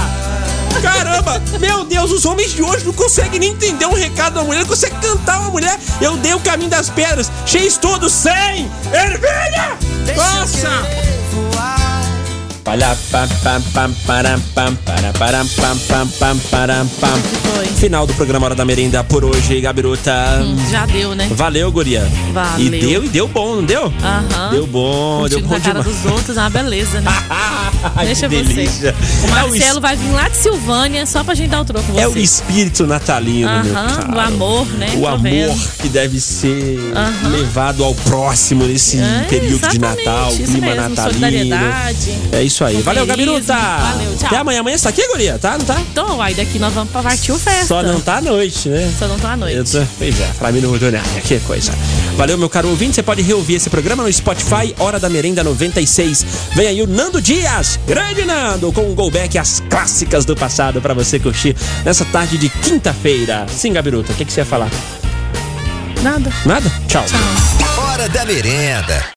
C: Caramba! Meu Deus, os homens de hoje não conseguem nem entender um recado da mulher, não conseguem cantar uma mulher. Eu dei o caminho das pedras, cheios todos sem ervilha! Nossa! Pará, pá, pá, pá, pará, pá, pará, pará, pá, pá, pá, pará, pá. Final do programa Hora da Merenda por hoje, Gabirota.
D: Já deu, né?
C: Valeu, guria.
D: Valeu.
C: E deu, e deu bom, não deu?
D: Aham.
C: Deu bom, deu
D: Contigo
C: bom
D: na cara
C: demais.
D: dos outros é uma beleza, né?
C: *laughs* Ai,
D: Deixa
C: que
D: você.
C: delícia. É
D: O
C: o,
D: Marcelo vai vir lá de Silvânia só pra gente dar o troco com
C: es- é o
D: você.
C: espírito natalino, meu
D: Aham,
C: cara.
D: do amor, né?
C: O
D: Tô
C: amor
D: vendo.
C: que deve ser
D: Aham.
C: levado ao próximo nesse
D: É,
C: período de
D: exatamente,
C: Natal,
D: isso
C: clima
D: mesmo,
C: natalino.
D: solidariedade.
C: É isso aí. Valeu, Gabiruta!
D: Valeu, tchau.
C: Até amanhã. Amanhã você tá aqui, guria? Tá? Não tá?
D: Tô, Então, aí daqui nós vamos pra partir o festa.
C: Só não tá à noite, né?
D: Só não tô à noite.
C: Eu tô- Pois é, pra mim não mudou nada. Que coisa. Valeu, meu caro ouvinte. Você pode reouvir esse programa no Spotify, Hora da Merenda 96. Vem aí o Nando Dias, grande Nando, com um go back as clássicas do passado pra você curtir nessa tarde de quinta-feira. Sim, Gabiruta, o que, que você ia falar?
D: Nada.
C: Nada? Tchau.
B: Hora da merenda.